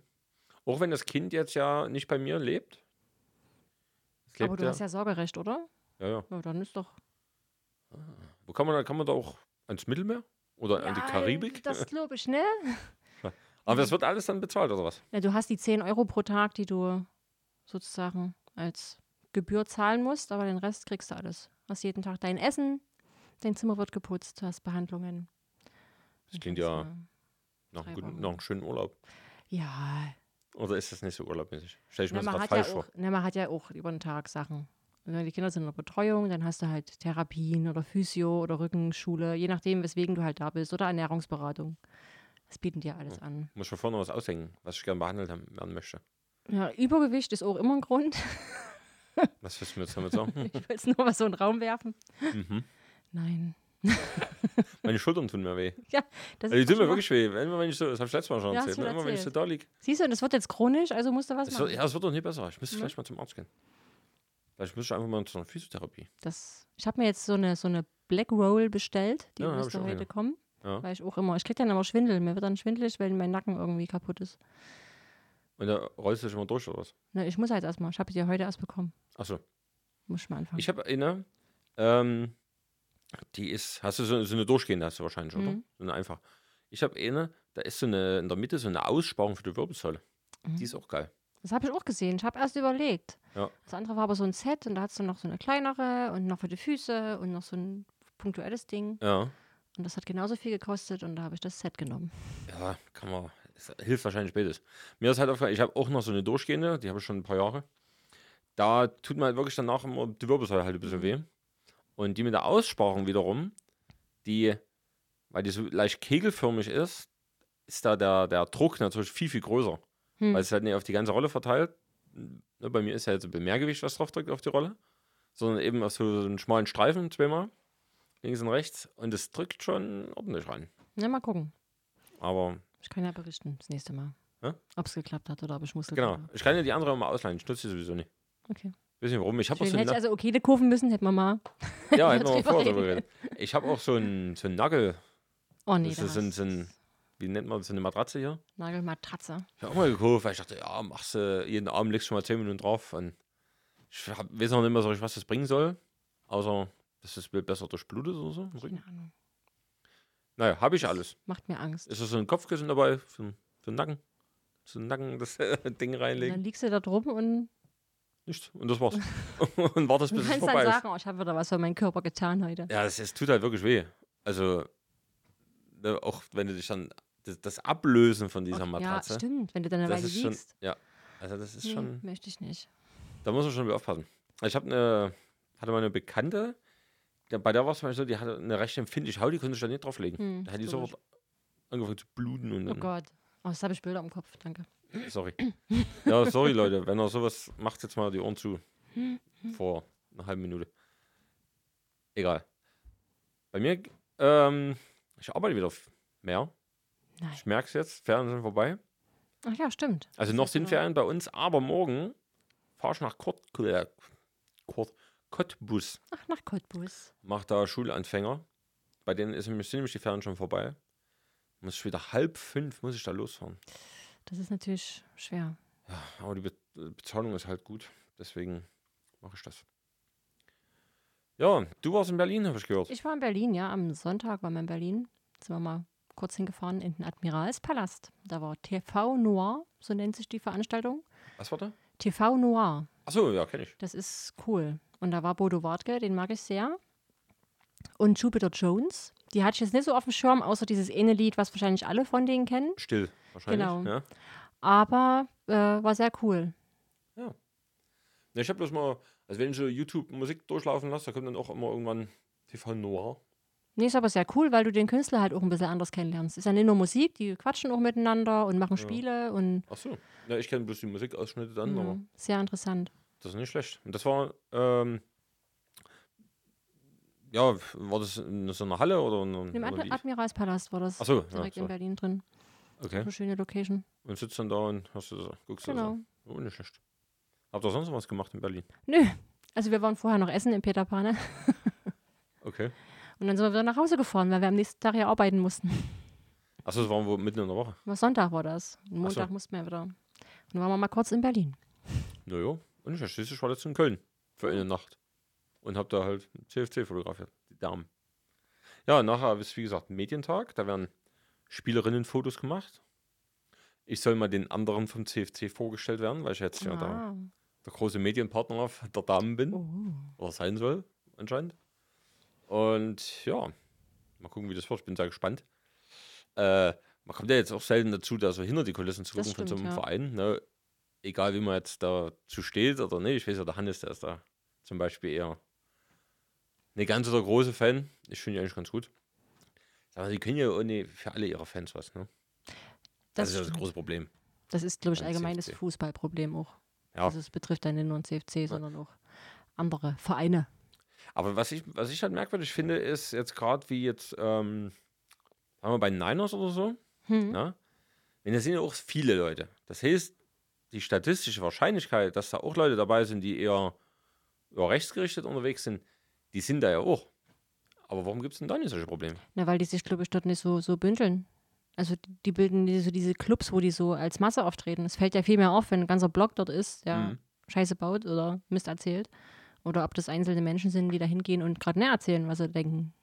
[SPEAKER 1] Auch wenn das Kind jetzt ja nicht bei mir lebt. Es lebt
[SPEAKER 2] aber du
[SPEAKER 1] ja,
[SPEAKER 2] hast ja Sorgerecht, oder?
[SPEAKER 1] ja, ja.
[SPEAKER 2] Ja, dann ist doch.
[SPEAKER 1] Wo kann man da, kann man da auch ans Mittelmeer? Oder an die
[SPEAKER 2] Ja,
[SPEAKER 1] Karibik?
[SPEAKER 2] Das glaube ich, ne?
[SPEAKER 1] [laughs] Aber das wird alles dann bezahlt, oder was?
[SPEAKER 2] Ja, du hast die 10 Euro pro Tag, die du sozusagen als Gebühr zahlen musst, aber den Rest kriegst du alles. Hast jeden Tag dein Essen, dein Zimmer wird geputzt, du hast Behandlungen.
[SPEAKER 1] Das klingt
[SPEAKER 2] Kannst
[SPEAKER 1] ja
[SPEAKER 2] du-
[SPEAKER 1] nach
[SPEAKER 2] drei
[SPEAKER 1] einem, guten,
[SPEAKER 2] Wochen.
[SPEAKER 1] nach einem schönen Urlaub.
[SPEAKER 2] Ja,
[SPEAKER 1] Oder ist das nicht so urlaubmäßig? Stell ich mir das
[SPEAKER 2] Na, man,
[SPEAKER 1] gerade
[SPEAKER 2] hat ja
[SPEAKER 1] falsch vor.
[SPEAKER 2] auch, na, man hat ja auch über den Tag Sachen. Wenn die Kinder sind in der Betreuung, dann hast du halt Therapien oder Physio oder Rückenschule, je nachdem, weswegen du halt da bist, oder Ernährungsberatung. Das bieten dir alles an.
[SPEAKER 1] Muss schon vorne was aushängen, was ich gerne behandelt haben, werden möchte.
[SPEAKER 2] Ja, Übergewicht ist auch immer ein Grund. [laughs]
[SPEAKER 1] Was willst du mir jetzt damit sagen?
[SPEAKER 2] Ich will es nur mal so in den Raum werfen.
[SPEAKER 1] Mhm.
[SPEAKER 2] Nein. [laughs]
[SPEAKER 1] Meine Schultern tun mir weh.
[SPEAKER 2] Ja, das
[SPEAKER 1] Also, die tun mir
[SPEAKER 2] ist schon mal-
[SPEAKER 1] wirklich weh. Immer wenn ich so, das habe ich letztes Mal schon
[SPEAKER 2] Ja, hast
[SPEAKER 1] erzählt.
[SPEAKER 2] du
[SPEAKER 1] Ne? Immer wenn ich so
[SPEAKER 2] erzählt.
[SPEAKER 1] da liege.
[SPEAKER 2] Siehst du, und das wird jetzt chronisch, also musst du was
[SPEAKER 1] Es
[SPEAKER 2] machen.
[SPEAKER 1] wird, ja, es wird doch nicht besser. Ich müsste vielleicht mal zum Arzt gehen. Vielleicht müsste ich einfach mal zu einer Physiotherapie.
[SPEAKER 2] das, ich habe mir jetzt so eine, so eine Black Roll bestellt, die
[SPEAKER 1] Ja, hab ich
[SPEAKER 2] müsste
[SPEAKER 1] auch
[SPEAKER 2] heute
[SPEAKER 1] eine.
[SPEAKER 2] kommen.
[SPEAKER 1] Ja.
[SPEAKER 2] Weil ich auch immer, ich krieg dann immer Schwindel. Mir wird dann schwindelig, wenn mein Nacken irgendwie kaputt ist.
[SPEAKER 1] Und da rollst du dich immer durch oder was?
[SPEAKER 2] Ne, ich muss halt erstmal, ich habe die ja heute erst bekommen.
[SPEAKER 1] Achso.
[SPEAKER 2] Muss ich mal anfangen.
[SPEAKER 1] Ich habe eine, ähm, die ist, hast du so, so eine durchgehende, hast du wahrscheinlich, oder?
[SPEAKER 2] Mhm.
[SPEAKER 1] So eine einfach. Ich habe eine, da ist so eine, in der Mitte so eine Aussparung für die Wirbelsäule. Die ist auch geil.
[SPEAKER 2] Mhm. das habe ich auch gesehen. Ich habe erst überlegt.
[SPEAKER 1] Ja.
[SPEAKER 2] Das andere war aber so ein Set und da hast du noch so eine kleinere und noch für die Füße und noch so ein punktuelles Ding.
[SPEAKER 1] Ja.
[SPEAKER 2] Und das hat genauso viel gekostet und da habe ich das Set genommen.
[SPEAKER 1] Ja, kann man. Es hilft wahrscheinlich spätestens. Mir ist halt aufgefallen, ich habe auch noch so eine durchgehende, die habe ich schon ein paar Jahre. Da tut mir halt wirklich danach immer die Wirbelsäule halt ein bisschen weh. Und die mit der Aussparung wiederum, die, weil die so leicht kegelförmig ist, ist da der, der Druck natürlich viel, viel größer.
[SPEAKER 2] Hm.
[SPEAKER 1] Weil es halt nicht auf die ganze Rolle verteilt. Ne, Bei mir ist ja jetzt ein bisschen mehr Gewicht, was drauf drückt auf die Rolle. Sondern eben auf so einen schmalen Streifen zweimal, links und rechts. Und es drückt schon ordentlich rein.
[SPEAKER 2] Na, mal gucken.
[SPEAKER 1] Aber
[SPEAKER 2] Ich kann ja berichten das nächste Mal,
[SPEAKER 1] Hä?
[SPEAKER 2] ob es geklappt hat oder ob ich Muskeln
[SPEAKER 1] Genau.
[SPEAKER 2] habe.
[SPEAKER 1] Ich kann ja die andere immer ausleihen. Ich nutze sie sowieso nicht.
[SPEAKER 2] Okay.
[SPEAKER 1] Wisst bisschen rum. Ich habe auch
[SPEAKER 2] Schön,
[SPEAKER 1] so einen
[SPEAKER 2] hätte ich also okay, die Kurven müssen, hätten wir mal.
[SPEAKER 1] Na-
[SPEAKER 2] [laughs]
[SPEAKER 1] ja, hätten wir mal
[SPEAKER 2] drüber
[SPEAKER 1] vorher drüber
[SPEAKER 2] reden.
[SPEAKER 1] geredet. Ich habe auch so einen so einen Nagel,
[SPEAKER 2] Oh nee,
[SPEAKER 1] Das
[SPEAKER 2] da
[SPEAKER 1] ist ein-
[SPEAKER 2] hast
[SPEAKER 1] ein-
[SPEAKER 2] du's.
[SPEAKER 1] wie nennt man das, so eine Matratze hier?
[SPEAKER 2] Nagelmatratze.
[SPEAKER 1] Ich habe auch mal gekauft, weil ich dachte, ja, machst du jeden Abend legst du mal 10 Minuten drauf. Und ich hab, weiß noch nicht mehr so richtig, was das bringen soll. Außer, dass das Bild besser durchblutet oder so. im Rücken.
[SPEAKER 2] Keine Ahnung.
[SPEAKER 1] Naja, habe ich alles.
[SPEAKER 2] Macht mir Angst.
[SPEAKER 1] Ist das so ein Kopfkissen dabei für, den- für den Nacken? Für den Nacken das [laughs] äh, Ding
[SPEAKER 2] Und
[SPEAKER 1] reinlegen?
[SPEAKER 2] dann liegst du da drum und
[SPEAKER 1] Nichts. Und das
[SPEAKER 2] [laughs]
[SPEAKER 1] war's. [laughs] und wartest,
[SPEAKER 2] du
[SPEAKER 1] bis es
[SPEAKER 2] kannst
[SPEAKER 1] vorbei
[SPEAKER 2] dann
[SPEAKER 1] ist.
[SPEAKER 2] sagen, oh, ich habe wieder was für meinen Körper getan heute.
[SPEAKER 1] Ja, es, es tut halt wirklich weh. Also, ne, auch wenn du dich dann, das, das Ablösen von dieser
[SPEAKER 2] ja,
[SPEAKER 1] Matratze,
[SPEAKER 2] stimmt, wenn du dann eine
[SPEAKER 1] das
[SPEAKER 2] Weile
[SPEAKER 1] ist schon,
[SPEAKER 2] liegst.
[SPEAKER 1] ja. Also, das ist
[SPEAKER 2] Nee,
[SPEAKER 1] schon,
[SPEAKER 2] möchte ich nicht.
[SPEAKER 1] da muss man schon wieder aufpassen. Also ich habe eine, hatte mal eine Bekannte, der, bei der war es mal so, die hatte eine recht empfindliche Haut, die konnte sich da nicht drauflegen.
[SPEAKER 2] Hm,
[SPEAKER 1] da hat die
[SPEAKER 2] ist logisch.
[SPEAKER 1] sofort angefangen zu bluten und
[SPEAKER 2] Oh
[SPEAKER 1] dann,
[SPEAKER 2] Gott. Oh, jetzt habe ich Bilder im Kopf, danke. [clears throat]
[SPEAKER 1] sorry. ja, sorry Leute, wenn ihr sowas macht, jetzt mal die Ohren zu. Vor einer halben Minute. Egal. Bei mir, ähm, ich arbeite wieder f- mehr.
[SPEAKER 2] Nein.
[SPEAKER 1] Ich merke es jetzt, Ferien sind vorbei.
[SPEAKER 2] Ach ja, stimmt.
[SPEAKER 1] Also
[SPEAKER 2] Das
[SPEAKER 1] noch
[SPEAKER 2] ist
[SPEAKER 1] sind
[SPEAKER 2] aber-
[SPEAKER 1] Ferien bei uns, aber morgen fahre ich nach Kurt, äh, Kurt, Cottbus.
[SPEAKER 2] Ach, nach Cottbus.
[SPEAKER 1] macht da Schulanfänger. Bei denen ist nämlich, sind nämlich die Ferien schon vorbei. Muss ich wieder halb fünf, muss ich da losfahren.
[SPEAKER 2] Das ist natürlich schwer.
[SPEAKER 1] Aber die Be äh, Bezahlung ist halt gut, deswegen mache ich das. Ja, du warst in Berlin, habe ich gehört.
[SPEAKER 2] Ich war in Berlin, ja. Am Sonntag waren wir in Berlin. Sind wir mal kurz hingefahren in den Admiralspalast. Da war TV Noir, so nennt sich die Veranstaltung.
[SPEAKER 1] Was war da?
[SPEAKER 2] TV Noir,
[SPEAKER 1] Achso, ja, kenne ich.
[SPEAKER 2] das ist cool. Und da war Bodo Wartke, den mag ich sehr. Und Jupiter Jones. Die hatte ich jetzt nicht so auf dem Schirm, außer dieses eine Lied, was wahrscheinlich alle von denen kennen.
[SPEAKER 1] Still, wahrscheinlich.
[SPEAKER 2] Genau.
[SPEAKER 1] Ja.
[SPEAKER 2] Aber äh, war sehr cool.
[SPEAKER 1] Ja, ich habe bloß mal, also wenn ich so YouTube Musik durchlaufen lasse, da kommt dann auch immer irgendwann TV Noir.
[SPEAKER 2] Nee, ist aber sehr cool, weil du den Künstler halt auch ein bisschen anders kennenlernst. Ist ja nicht nur Musik, die quatschen auch miteinander und machen Spiele und
[SPEAKER 1] Achso, ja, ich kenne bloß die Musikausschnitte dann, aber
[SPEAKER 2] mh, sehr interessant.
[SPEAKER 1] Das ist nicht schlecht. Und das war, ähm, ja, war das in so einer Halle oder? In,
[SPEAKER 2] Im
[SPEAKER 1] oder
[SPEAKER 2] Admi
[SPEAKER 1] wie?
[SPEAKER 2] Admiralspalast war das.
[SPEAKER 1] Ach so, ja,
[SPEAKER 2] direkt
[SPEAKER 1] so.
[SPEAKER 2] in Berlin drin.
[SPEAKER 1] Okay.
[SPEAKER 2] Eine schöne Location.
[SPEAKER 1] Und sitzt dann da und hast du das, guckst
[SPEAKER 2] Genau.
[SPEAKER 1] du das. an. Oh, nicht schlecht. Habt ihr sonst noch was gemacht in Berlin?
[SPEAKER 2] Nö. Also wir waren vorher noch essen in Peter Pane [laughs]
[SPEAKER 1] Okay.
[SPEAKER 2] und dann sind wir wieder nach Hause gefahren, weil wir am nächsten Tag ja arbeiten mussten. [laughs]
[SPEAKER 1] Achso, das waren wohl mitten in der Woche.
[SPEAKER 2] Was Sonntag war das. Und Montag
[SPEAKER 1] so.
[SPEAKER 2] mussten wir wieder. Und dann waren wir mal kurz in Berlin.
[SPEAKER 1] Naja, und nicht schlecht. Schließlich war jetzt in Köln für eine Nacht. Und hab da halt CFC fotografiert, die Damen. Ja, nachher ist wie gesagt Medientag, da werden Spielerinnenfotos gemacht. Ich soll mal den anderen vom CFC vorgestellt werden, weil ich jetzt ja da
[SPEAKER 2] Ah.
[SPEAKER 1] der große Medienpartner der Damen bin
[SPEAKER 2] Oh.
[SPEAKER 1] oder sein soll, anscheinend. Und ja, mal gucken, wie das wird. Ich bin sehr gespannt. Äh, man kommt ja jetzt auch selten dazu, da so hinter die Kulissen zu
[SPEAKER 2] Das
[SPEAKER 1] gucken von so einem
[SPEAKER 2] stimmt, ja.
[SPEAKER 1] Verein. Ne? Egal, wie man jetzt dazu steht oder nicht. Ich weiß ja, der Hannes, der ist da zum Beispiel eher nicht ganz so der große Fan. Ich finde ihn eigentlich ganz gut. Aber sie können ja auch nicht für alle ihre Fans was. Ne? Das,
[SPEAKER 2] Das,
[SPEAKER 1] ist ja Also, das
[SPEAKER 2] stimmt.
[SPEAKER 1] große Problem.
[SPEAKER 2] das ist, glaube ich,
[SPEAKER 1] beim
[SPEAKER 2] allgemeines
[SPEAKER 1] CFC.
[SPEAKER 2] Fußballproblem auch.
[SPEAKER 1] Ja.
[SPEAKER 2] Also es betrifft dann nicht nur den CFC, sondern auch andere Vereine.
[SPEAKER 1] Aber was ich, was ich halt merkwürdig finde, ist jetzt gerade wie jetzt, ähm, sagen wir bei Niners oder so,
[SPEAKER 2] Hm.
[SPEAKER 1] ne? Wenn das sind ja auch viele Leute. Das heißt, die statistische Wahrscheinlichkeit, dass da auch Leute dabei sind, die eher, eher rechtsgerichtet unterwegs sind, die sind da ja auch. Aber warum gibt es denn da nicht solche Probleme?
[SPEAKER 2] Na, weil die sich, glaube ich, dort nicht so, so bündeln. Also die- die bilden diese, diese Clubs, wo die so als Masse auftreten. Es fällt ja viel mehr auf, wenn ein ganzer Block dort ist, der
[SPEAKER 1] Mhm.
[SPEAKER 2] Scheiße baut oder Mist erzählt. Oder ob das einzelne Menschen sind, die da hingehen und gerade näher erzählen, was sie denken.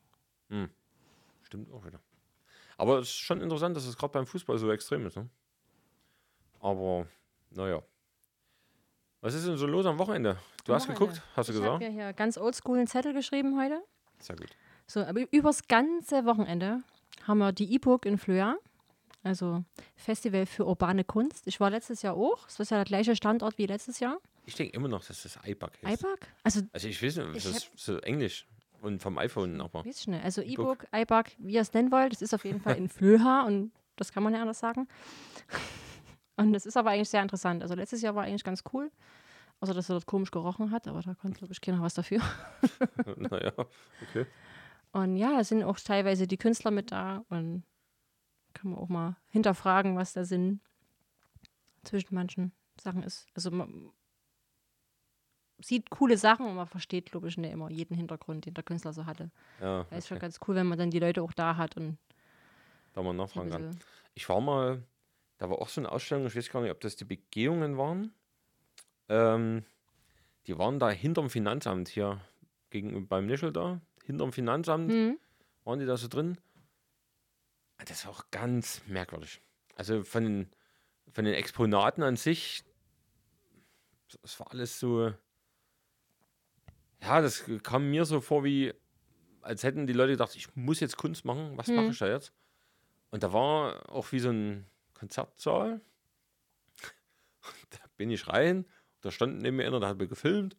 [SPEAKER 1] Stimmt auch wieder. Aber es ist schon interessant, dass es gerade beim Fußball so extrem ist. Ne? Aber, naja. Was ist denn so los am Wochenende? Du
[SPEAKER 2] Am
[SPEAKER 1] hast
[SPEAKER 2] Wochenende.
[SPEAKER 1] geguckt, hast du
[SPEAKER 2] ich habe
[SPEAKER 1] gesagt?
[SPEAKER 2] mir hier ganz oldschool einen Zettel geschrieben heute.
[SPEAKER 1] Sehr gut.
[SPEAKER 2] So, aber übers ganze Wochenende haben wir die E-Book in Flöa, also Festival für urbane Kunst. Ich war letztes Jahr auch. Es ist ja der gleiche Standort wie letztes Jahr.
[SPEAKER 1] Ich denke immer noch, dass das iPad heißt.
[SPEAKER 2] IBAG? Also
[SPEAKER 1] Also ich weiß nicht, das
[SPEAKER 2] Ich
[SPEAKER 1] ist so Englisch und vom iPhone
[SPEAKER 2] [laughs]
[SPEAKER 1] aber.
[SPEAKER 2] Weiß ich nicht. Also
[SPEAKER 1] E-Book.
[SPEAKER 2] E-Book, iBug, wie ihr es nennen wollt, das ist auf jeden Fall in Flöha und das kann man ja anders sagen. [laughs] Und das ist aber eigentlich sehr interessant. Also letztes Jahr war eigentlich ganz cool. Außer, dass er dort komisch gerochen hat, aber da konnte, glaube ich, keiner was dafür. [laughs]
[SPEAKER 1] naja, okay.
[SPEAKER 2] Und ja, es sind auch teilweise die Künstler mit da und kann man auch mal hinterfragen, was der Sinn zwischen manchen Sachen ist. Also ma- sieht coole Sachen und man versteht, glaube ich, nicht immer jeden Hintergrund, den der Künstler so hatte.
[SPEAKER 1] Ja,
[SPEAKER 2] Es ist schon ganz cool, wenn man dann die Leute auch da hat und
[SPEAKER 1] da man
[SPEAKER 2] so ein
[SPEAKER 1] nachfragen kann.
[SPEAKER 2] bisschen-
[SPEAKER 1] Ich war mal, da war auch so eine Ausstellung, ich weiß gar nicht, ob das die Begehungen waren. Ähm, die waren da hinterm Finanzamt hier, gegenüber beim Nischel da, hinterm Finanzamt
[SPEAKER 2] Hm.
[SPEAKER 1] waren die da so drin. Ah, Das war auch ganz merkwürdig. Also von den, von den Exponaten an sich, es war alles so. Ja, das kam mir so vor, wie als hätten die Leute gedacht, ich muss jetzt Kunst machen,
[SPEAKER 2] Hm.
[SPEAKER 1] was mache ich da jetzt? Und da war auch wie so ein Konzertsaal. [laughs] Und da bin ich rein, da stand neben mir einer, der hat mir gefilmt.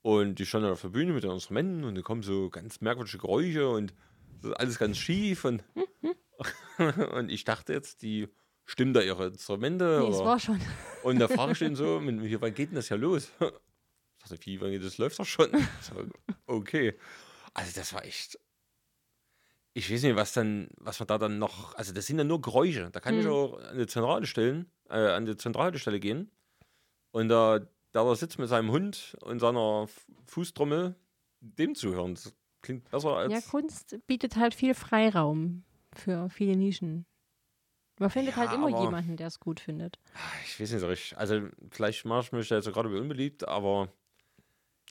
[SPEAKER 1] Und die standen auf der Bühne mit den Instrumenten und da kommen so ganz merkwürdige Geräusche und das ist alles ganz schief.
[SPEAKER 2] [laughs]
[SPEAKER 1] Und, [laughs] und ich dachte jetzt, die stimmen da ihre Instrumente.
[SPEAKER 2] Nee, es
[SPEAKER 1] oder-
[SPEAKER 2] war schon.
[SPEAKER 1] und da frage ich den so, mit- hier, wann geht denn das ja los? Ich dachte, wie, wann geht das? Läuft doch schon. Ich So, okay. Also das war echt. Ich weiß nicht, was dann, was man da dann noch. Also das sind ja nur Geräusche. Da kann ich
[SPEAKER 2] Mhm.
[SPEAKER 1] auch an die Zentrale stellen, äh, an die Zentralstelle gehen. Und da, da er sitzt mit seinem Hund und seiner F- Fußtrommel, dem zuhören. Das klingt besser als.
[SPEAKER 2] Ja, Kunst bietet halt viel Freiraum für viele Nischen. Man findet
[SPEAKER 1] Ja,
[SPEAKER 2] halt immer
[SPEAKER 1] aber-
[SPEAKER 2] jemanden, der es gut findet.
[SPEAKER 1] Ah, Ich weiß nicht so richtig. Also, vielleicht mache ich mich da jetzt so gerade unbeliebt, aber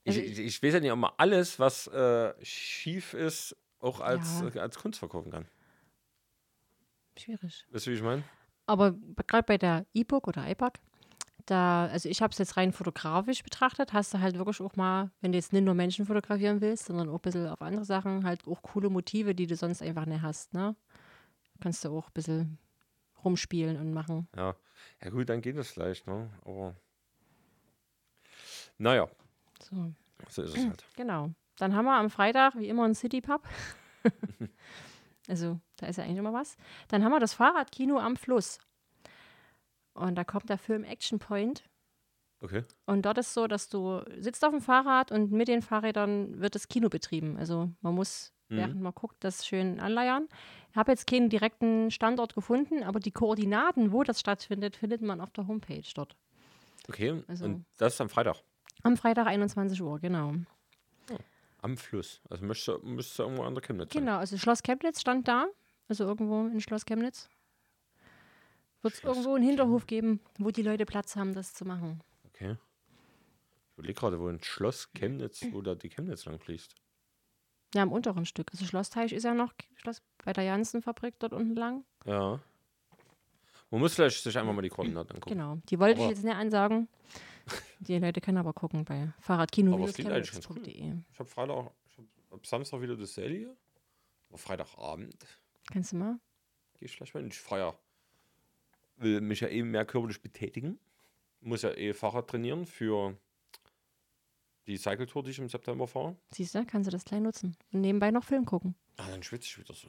[SPEAKER 1] ich,
[SPEAKER 2] Also
[SPEAKER 1] ich, ich weiß ja nicht, ob man alles, was äh, schief ist, auch als,
[SPEAKER 2] Ja.
[SPEAKER 1] äh, als Kunst verkaufen kann.
[SPEAKER 2] Schwierig.
[SPEAKER 1] Weißt du, wie ich meine?
[SPEAKER 2] Aber gerade bei der E-Book oder iPad, da, also ich habe es jetzt rein fotografisch betrachtet, hast du halt wirklich auch mal, wenn du jetzt nicht nur Menschen fotografieren willst, sondern auch ein bisschen auf andere Sachen, halt auch coole Motive, die du sonst einfach nicht hast, ne? Kannst du auch ein bisschen rumspielen und machen.
[SPEAKER 1] Ja. Ja, gut, dann geht das vielleicht, ne? Aber. Naja,
[SPEAKER 2] So,
[SPEAKER 1] so ist es halt.
[SPEAKER 2] genau. Dann haben wir am Freitag, wie immer, ein City Pub. [laughs] also, da ist ja eigentlich immer was. Dann haben wir das Fahrradkino am Fluss. Und da kommt der Film Action Point.
[SPEAKER 1] Okay.
[SPEAKER 2] Und dort ist so, dass du sitzt auf dem Fahrrad und mit den Fahrrädern wird das Kino betrieben. Also man muss,
[SPEAKER 1] Mhm.
[SPEAKER 2] während man guckt, das schön anleiern. Ich habe jetzt keinen direkten Standort gefunden, aber die Koordinaten, wo das stattfindet, findet man auf der Homepage dort.
[SPEAKER 1] Okay.
[SPEAKER 2] Also-
[SPEAKER 1] Und das ist am Freitag.
[SPEAKER 2] Am Freitag 21 Uhr, genau.
[SPEAKER 1] Am Fluss. Also müsste, müsste irgendwo an der Chemnitz sein.
[SPEAKER 2] Genau, also Schloss Chemnitz stand da, also irgendwo in Schloss Chemnitz. Wird es
[SPEAKER 1] Schloss
[SPEAKER 2] irgendwo einen Hinterhof geben, wo die Leute Platz haben, das zu machen.
[SPEAKER 1] Okay. Ich überlege gerade, wo ein
[SPEAKER 2] [clears throat]
[SPEAKER 1] Schloss Chemnitz oder die Chemnitz lang fließt.
[SPEAKER 2] Ja, im unteren Stück. Also Schlossteich ist ja noch Schloss bei der Janssen-Fabrik dort unten lang.
[SPEAKER 1] Ja. Man muss vielleicht sich einfach mal die Koordinaten angucken.
[SPEAKER 2] Genau, die wollte ich
[SPEAKER 1] Aber-
[SPEAKER 2] jetzt
[SPEAKER 1] [laughs]
[SPEAKER 2] nicht ansagen. Die Leute können aber gucken bei fahrradkino
[SPEAKER 1] Aber es klingt eigentlich ganz cool.
[SPEAKER 2] chemnitzde
[SPEAKER 1] Ich habe Freitag, ich hab ab Samstag wieder das Serie. Aber Freitagabend
[SPEAKER 2] Kannst du mal?
[SPEAKER 1] gehe ich vielleicht mal in den Feier. Will mich ja eben mehr körperlich betätigen. Muss ja eh Fahrrad trainieren für die Cycle Tour, die ich im September fahre.
[SPEAKER 2] Siehst du, kannst du das gleich nutzen. Und nebenbei noch Film gucken.
[SPEAKER 1] Ah, dann schwitze ich wieder so.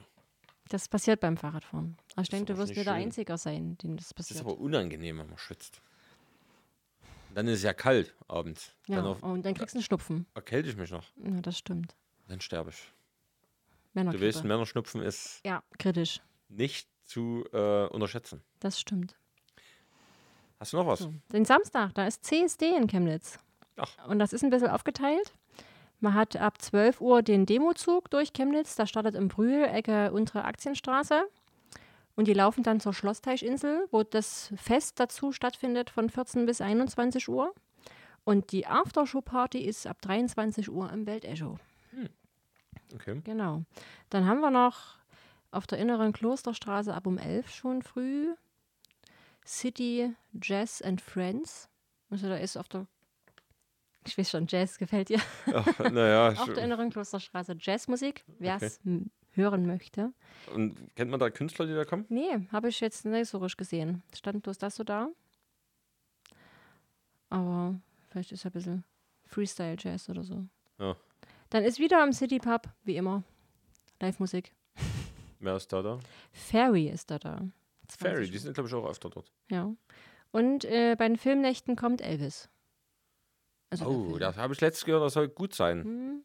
[SPEAKER 2] Das passiert beim Fahrradfahren. Aber ich denke,
[SPEAKER 1] doch
[SPEAKER 2] du wirst
[SPEAKER 1] nicht
[SPEAKER 2] nicht der
[SPEAKER 1] schön.
[SPEAKER 2] Einziger sein, dem
[SPEAKER 1] Das
[SPEAKER 2] das
[SPEAKER 1] ist
[SPEAKER 2] passiert.
[SPEAKER 1] aber unangenehm, wenn man schwitzt. Dann ist es ja kalt abends.
[SPEAKER 2] Ja,
[SPEAKER 1] Dann auf,
[SPEAKER 2] und dann kriegst du einen Schnupfen.
[SPEAKER 1] erkälte ich mich noch.
[SPEAKER 2] Ja, das stimmt.
[SPEAKER 1] Dann sterbe ich. Du weißt,
[SPEAKER 2] Männergrippe.
[SPEAKER 1] Männerschnupfen ist
[SPEAKER 2] Ja, kritisch.
[SPEAKER 1] nicht zu äh, unterschätzen.
[SPEAKER 2] Das stimmt.
[SPEAKER 1] Hast du noch was?
[SPEAKER 2] So. Den Samstag, da ist CSD in Chemnitz.
[SPEAKER 1] Ach.
[SPEAKER 2] Und das ist ein bisschen aufgeteilt. Man hat ab 12 Uhr den Demozug durch Chemnitz. Da startet im Brühl, Ecke untere Aktienstraße. Und die laufen dann zur Schlossteichinsel, wo das Fest dazu stattfindet von 14 bis 21 Uhr. Und die Aftershow-Party ist ab 23 Uhr im Weltecho.
[SPEAKER 1] Okay.
[SPEAKER 2] Genau. Dann haben wir noch auf der inneren Klosterstraße ab um 11 schon früh City Jazz and Friends. Also da ist auf der, ich weiß schon, Jazz gefällt dir.
[SPEAKER 1] Ach, [laughs] naja,
[SPEAKER 2] Auf
[SPEAKER 1] ich-
[SPEAKER 2] der inneren Klosterstraße Jazzmusik, wer es m- hören möchte.
[SPEAKER 1] Und kennt man da Künstler, die da kommen?
[SPEAKER 2] Nee, habe ich jetzt nicht so richtig gesehen. Stand bloß das so da. Aber vielleicht ist ja ein bisschen Freestyle-Jazz oder so.
[SPEAKER 1] Ja.
[SPEAKER 2] Dann ist wieder am City Pub, wie immer, Live-Musik.
[SPEAKER 1] Wer ist da da?
[SPEAKER 2] Ferry ist da da. 20
[SPEAKER 1] Ferry, die
[SPEAKER 2] Uhr.
[SPEAKER 1] sind, glaube ich, auch öfter dort.
[SPEAKER 2] Ja. Und äh, bei den Filmnächten kommt Elvis. Also der
[SPEAKER 1] Oh,
[SPEAKER 2] Film.
[SPEAKER 1] das habe ich letztes gehört, das soll gut sein.
[SPEAKER 2] Hm.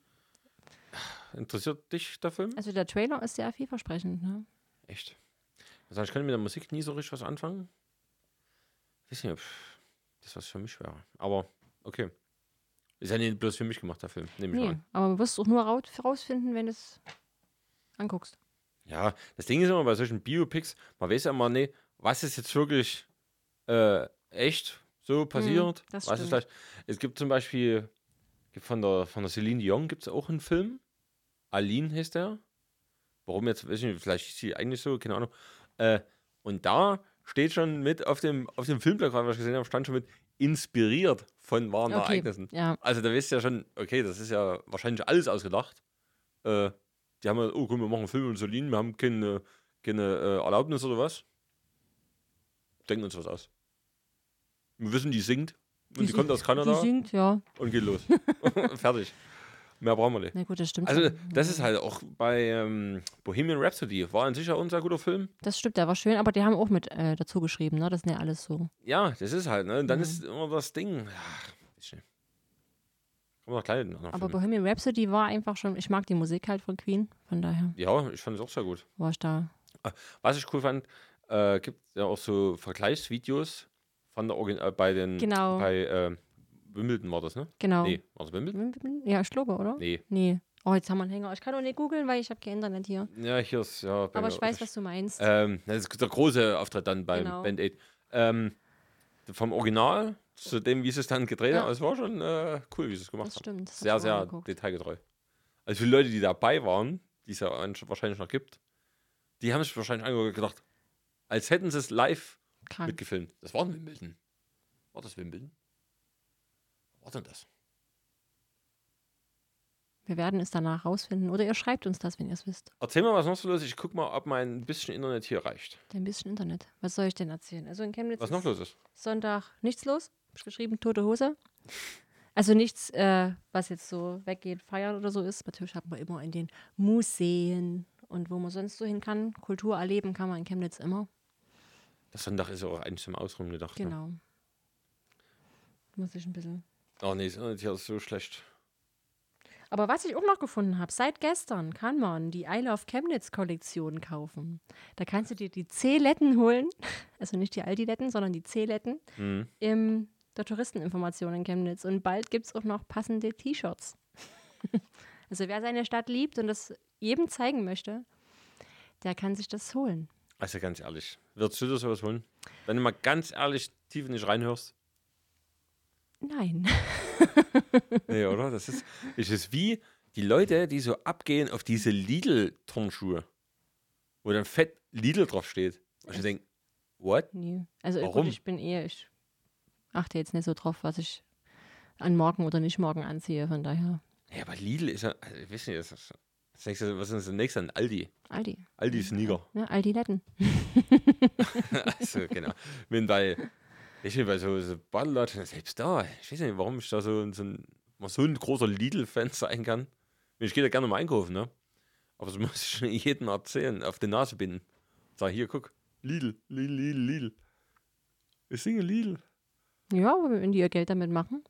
[SPEAKER 1] Interessiert dich der Film?
[SPEAKER 2] Also der Trailer ist sehr vielversprechend, ne?
[SPEAKER 1] Echt. Also ich kann mit der Musik nie so richtig was anfangen. Ich weiß nicht, ob das was für mich wäre. Aber okay. Ist ja nicht bloß für mich gemacht, der Film, nehme ich mal
[SPEAKER 2] Nee,
[SPEAKER 1] an.
[SPEAKER 2] aber du wirst es auch nur raus- rausfinden, wenn du es anguckst.
[SPEAKER 1] Ja, das Ding ist immer bei solchen Biopics, man weiß ja immer nicht, was ist jetzt wirklich äh, echt so passiert.
[SPEAKER 2] Mhm, das
[SPEAKER 1] was ist
[SPEAKER 2] stimmt.
[SPEAKER 1] vielleicht. Es gibt zum Beispiel gibt von der, von der Celine Dion gibt es auch einen Film. Aline heißt der. Warum jetzt, weiß ich nicht, vielleicht ist sie eigentlich so, keine Ahnung. Äh, und da steht schon mit auf dem, auf dem Filmblock, was ich gesehen habe, stand schon mit inspiriert von wahren
[SPEAKER 2] Okay,
[SPEAKER 1] Ereignissen.
[SPEAKER 2] ja.
[SPEAKER 1] Also da wisst ihr ja schon, okay, das ist ja wahrscheinlich alles ausgedacht. Äh, die haben ja, oh komm, wir machen einen Film und Solin, wir haben keine, keine äh, Erlaubnis oder was. Denken uns was aus. Wir wissen, die singt und die,
[SPEAKER 2] singt-
[SPEAKER 1] kommt aus Kanada
[SPEAKER 2] Die singt, ja.
[SPEAKER 1] und geht
[SPEAKER 2] [laughs]
[SPEAKER 1] los. [laughs] Fertig. Mehr brauchen wir nicht.
[SPEAKER 2] Na gut, das stimmt.
[SPEAKER 1] Also,
[SPEAKER 2] schon.
[SPEAKER 1] das ist halt auch bei ähm, Bohemian Rhapsody, war an sich ja auch ein sehr guter Film.
[SPEAKER 2] Das stimmt, der war schön, aber die haben auch mit äh, dazu geschrieben, ne? Das sind ja alles so.
[SPEAKER 1] Ja, das ist halt, ne? Und
[SPEAKER 2] Mhm.
[SPEAKER 1] dann ist immer das Ding. Ach, weiß nicht. Kann man doch klein noch
[SPEAKER 2] Aber
[SPEAKER 1] filmen.
[SPEAKER 2] Bohemian Rhapsody war einfach schon, ich mag die Musik halt von Queen, von daher
[SPEAKER 1] Ja, ich fand es auch sehr gut.
[SPEAKER 2] war ich da.
[SPEAKER 1] Was ich cool fand, äh, gibt ja auch so Vergleichsvideos von der Origin äh, bei den
[SPEAKER 2] Genau.
[SPEAKER 1] bei äh, Wimbledon war das, ne?
[SPEAKER 2] Genau. hm.
[SPEAKER 1] Nee, war das Wimbledon?
[SPEAKER 2] Ja, ich glaube, oder?
[SPEAKER 1] Nee.
[SPEAKER 2] Nee. Oh, jetzt haben wir einen Hänger. Ich kann doch nicht googeln, weil ich habe kein Internet hier.
[SPEAKER 1] Ja, hier ist ja. bei
[SPEAKER 2] Aber
[SPEAKER 1] mir
[SPEAKER 2] ich weiß,
[SPEAKER 1] auch nicht.
[SPEAKER 2] was du meinst.
[SPEAKER 1] Ähm, das ist der große Auftritt dann beim
[SPEAKER 2] Genau.
[SPEAKER 1] Band Aid. Ähm, vom Original zu dem, wie sie es dann gedreht
[SPEAKER 2] Ja.
[SPEAKER 1] haben. Es war schon äh, cool, wie sie es gemacht
[SPEAKER 2] das
[SPEAKER 1] haben.
[SPEAKER 2] stimmt. Das hab
[SPEAKER 1] sehr,
[SPEAKER 2] ich auch
[SPEAKER 1] sehr
[SPEAKER 2] angeguckt.
[SPEAKER 1] detailgetreu. Also viele Leute, die dabei waren, die es ja ansch- wahrscheinlich noch gibt, die haben sich wahrscheinlich angeguckt und gedacht, als hätten sie es live
[SPEAKER 2] Krank.
[SPEAKER 1] mitgefilmt. Das war ein Wimbledon. War das Wimbledon? Was war denn das?
[SPEAKER 2] Wir werden es danach rausfinden. Oder ihr schreibt uns das, wenn ihr es wisst.
[SPEAKER 1] Erzähl mal, was noch so los ist. Ich guck mal, ob mein bisschen Internet hier reicht.
[SPEAKER 2] Ein bisschen Internet. Was soll ich denn erzählen? Also in Chemnitz
[SPEAKER 1] Was noch
[SPEAKER 2] ist
[SPEAKER 1] los ist?
[SPEAKER 2] Sonntag nichts los. Hab ich geschrieben, tote Hose. Also nichts, äh, was jetzt so weggeht, feiern oder so ist. Natürlich hat man immer in den Museen und wo man sonst so hin kann. Kultur erleben kann man in Chemnitz immer.
[SPEAKER 1] Das Sonntag ist ja auch eigentlich zum Ausruhen gedacht. Ne?
[SPEAKER 2] Genau. Muss ich ein bisschen.
[SPEAKER 1] Oh nee, das Internet hier ist so schlecht.
[SPEAKER 2] Aber was ich auch noch gefunden habe, seit gestern kann man die I Love Chemnitz Kollektion kaufen. Da kannst du dir die C-Letten holen, [laughs] also nicht die Aldi-Letten, sondern die C-Letten
[SPEAKER 1] Mhm.
[SPEAKER 2] im der Touristeninformation in Chemnitz. Und bald gibt es auch noch passende T-Shirts. [laughs] also wer seine Stadt liebt und das jedem zeigen möchte, der kann sich das holen.
[SPEAKER 1] Also ganz ehrlich, würdest du dir sowas holen? Wenn du mal ganz ehrlich tief nicht reinhörst.
[SPEAKER 2] Nein. [laughs]
[SPEAKER 1] Nee, oder? Das ist, ist es wie die Leute, die so abgehen auf diese Lidl-Turnschuhe, wo dann fett Lidl draufsteht. Und ich denke, what?
[SPEAKER 2] Nee. Also
[SPEAKER 1] Warum?
[SPEAKER 2] Gut, ich bin eher, ich achte jetzt nicht so drauf, was ich an morgen oder nicht morgen anziehe. Von daher,
[SPEAKER 1] Ja, aber Lidl ist ja, also ich weiß nicht, das ist, das nächste, was ist das nächste? Ein Aldi.
[SPEAKER 2] Aldi.
[SPEAKER 1] Aldi Sneaker.
[SPEAKER 2] Ne? Aldi-Letten.
[SPEAKER 1] also,
[SPEAKER 2] [laughs]
[SPEAKER 1] genau. Wenn bei, ich bin bei so, so Badelatschen, selbst da, ich weiß nicht, warum ich da so, ein- so, ein, mal so ein großer Lidl-Fan sein kann. Ich gehe da gerne mal einkaufen, ne? Aber das [laughs] muss ich schon jedem erzählen, auf die Nase binden. Sag, hier, guck, Lidl, Lidl, Lidl, Lidl. Ich singe Lidl.
[SPEAKER 2] Ja, aber wenn die ihr Geld damit machen.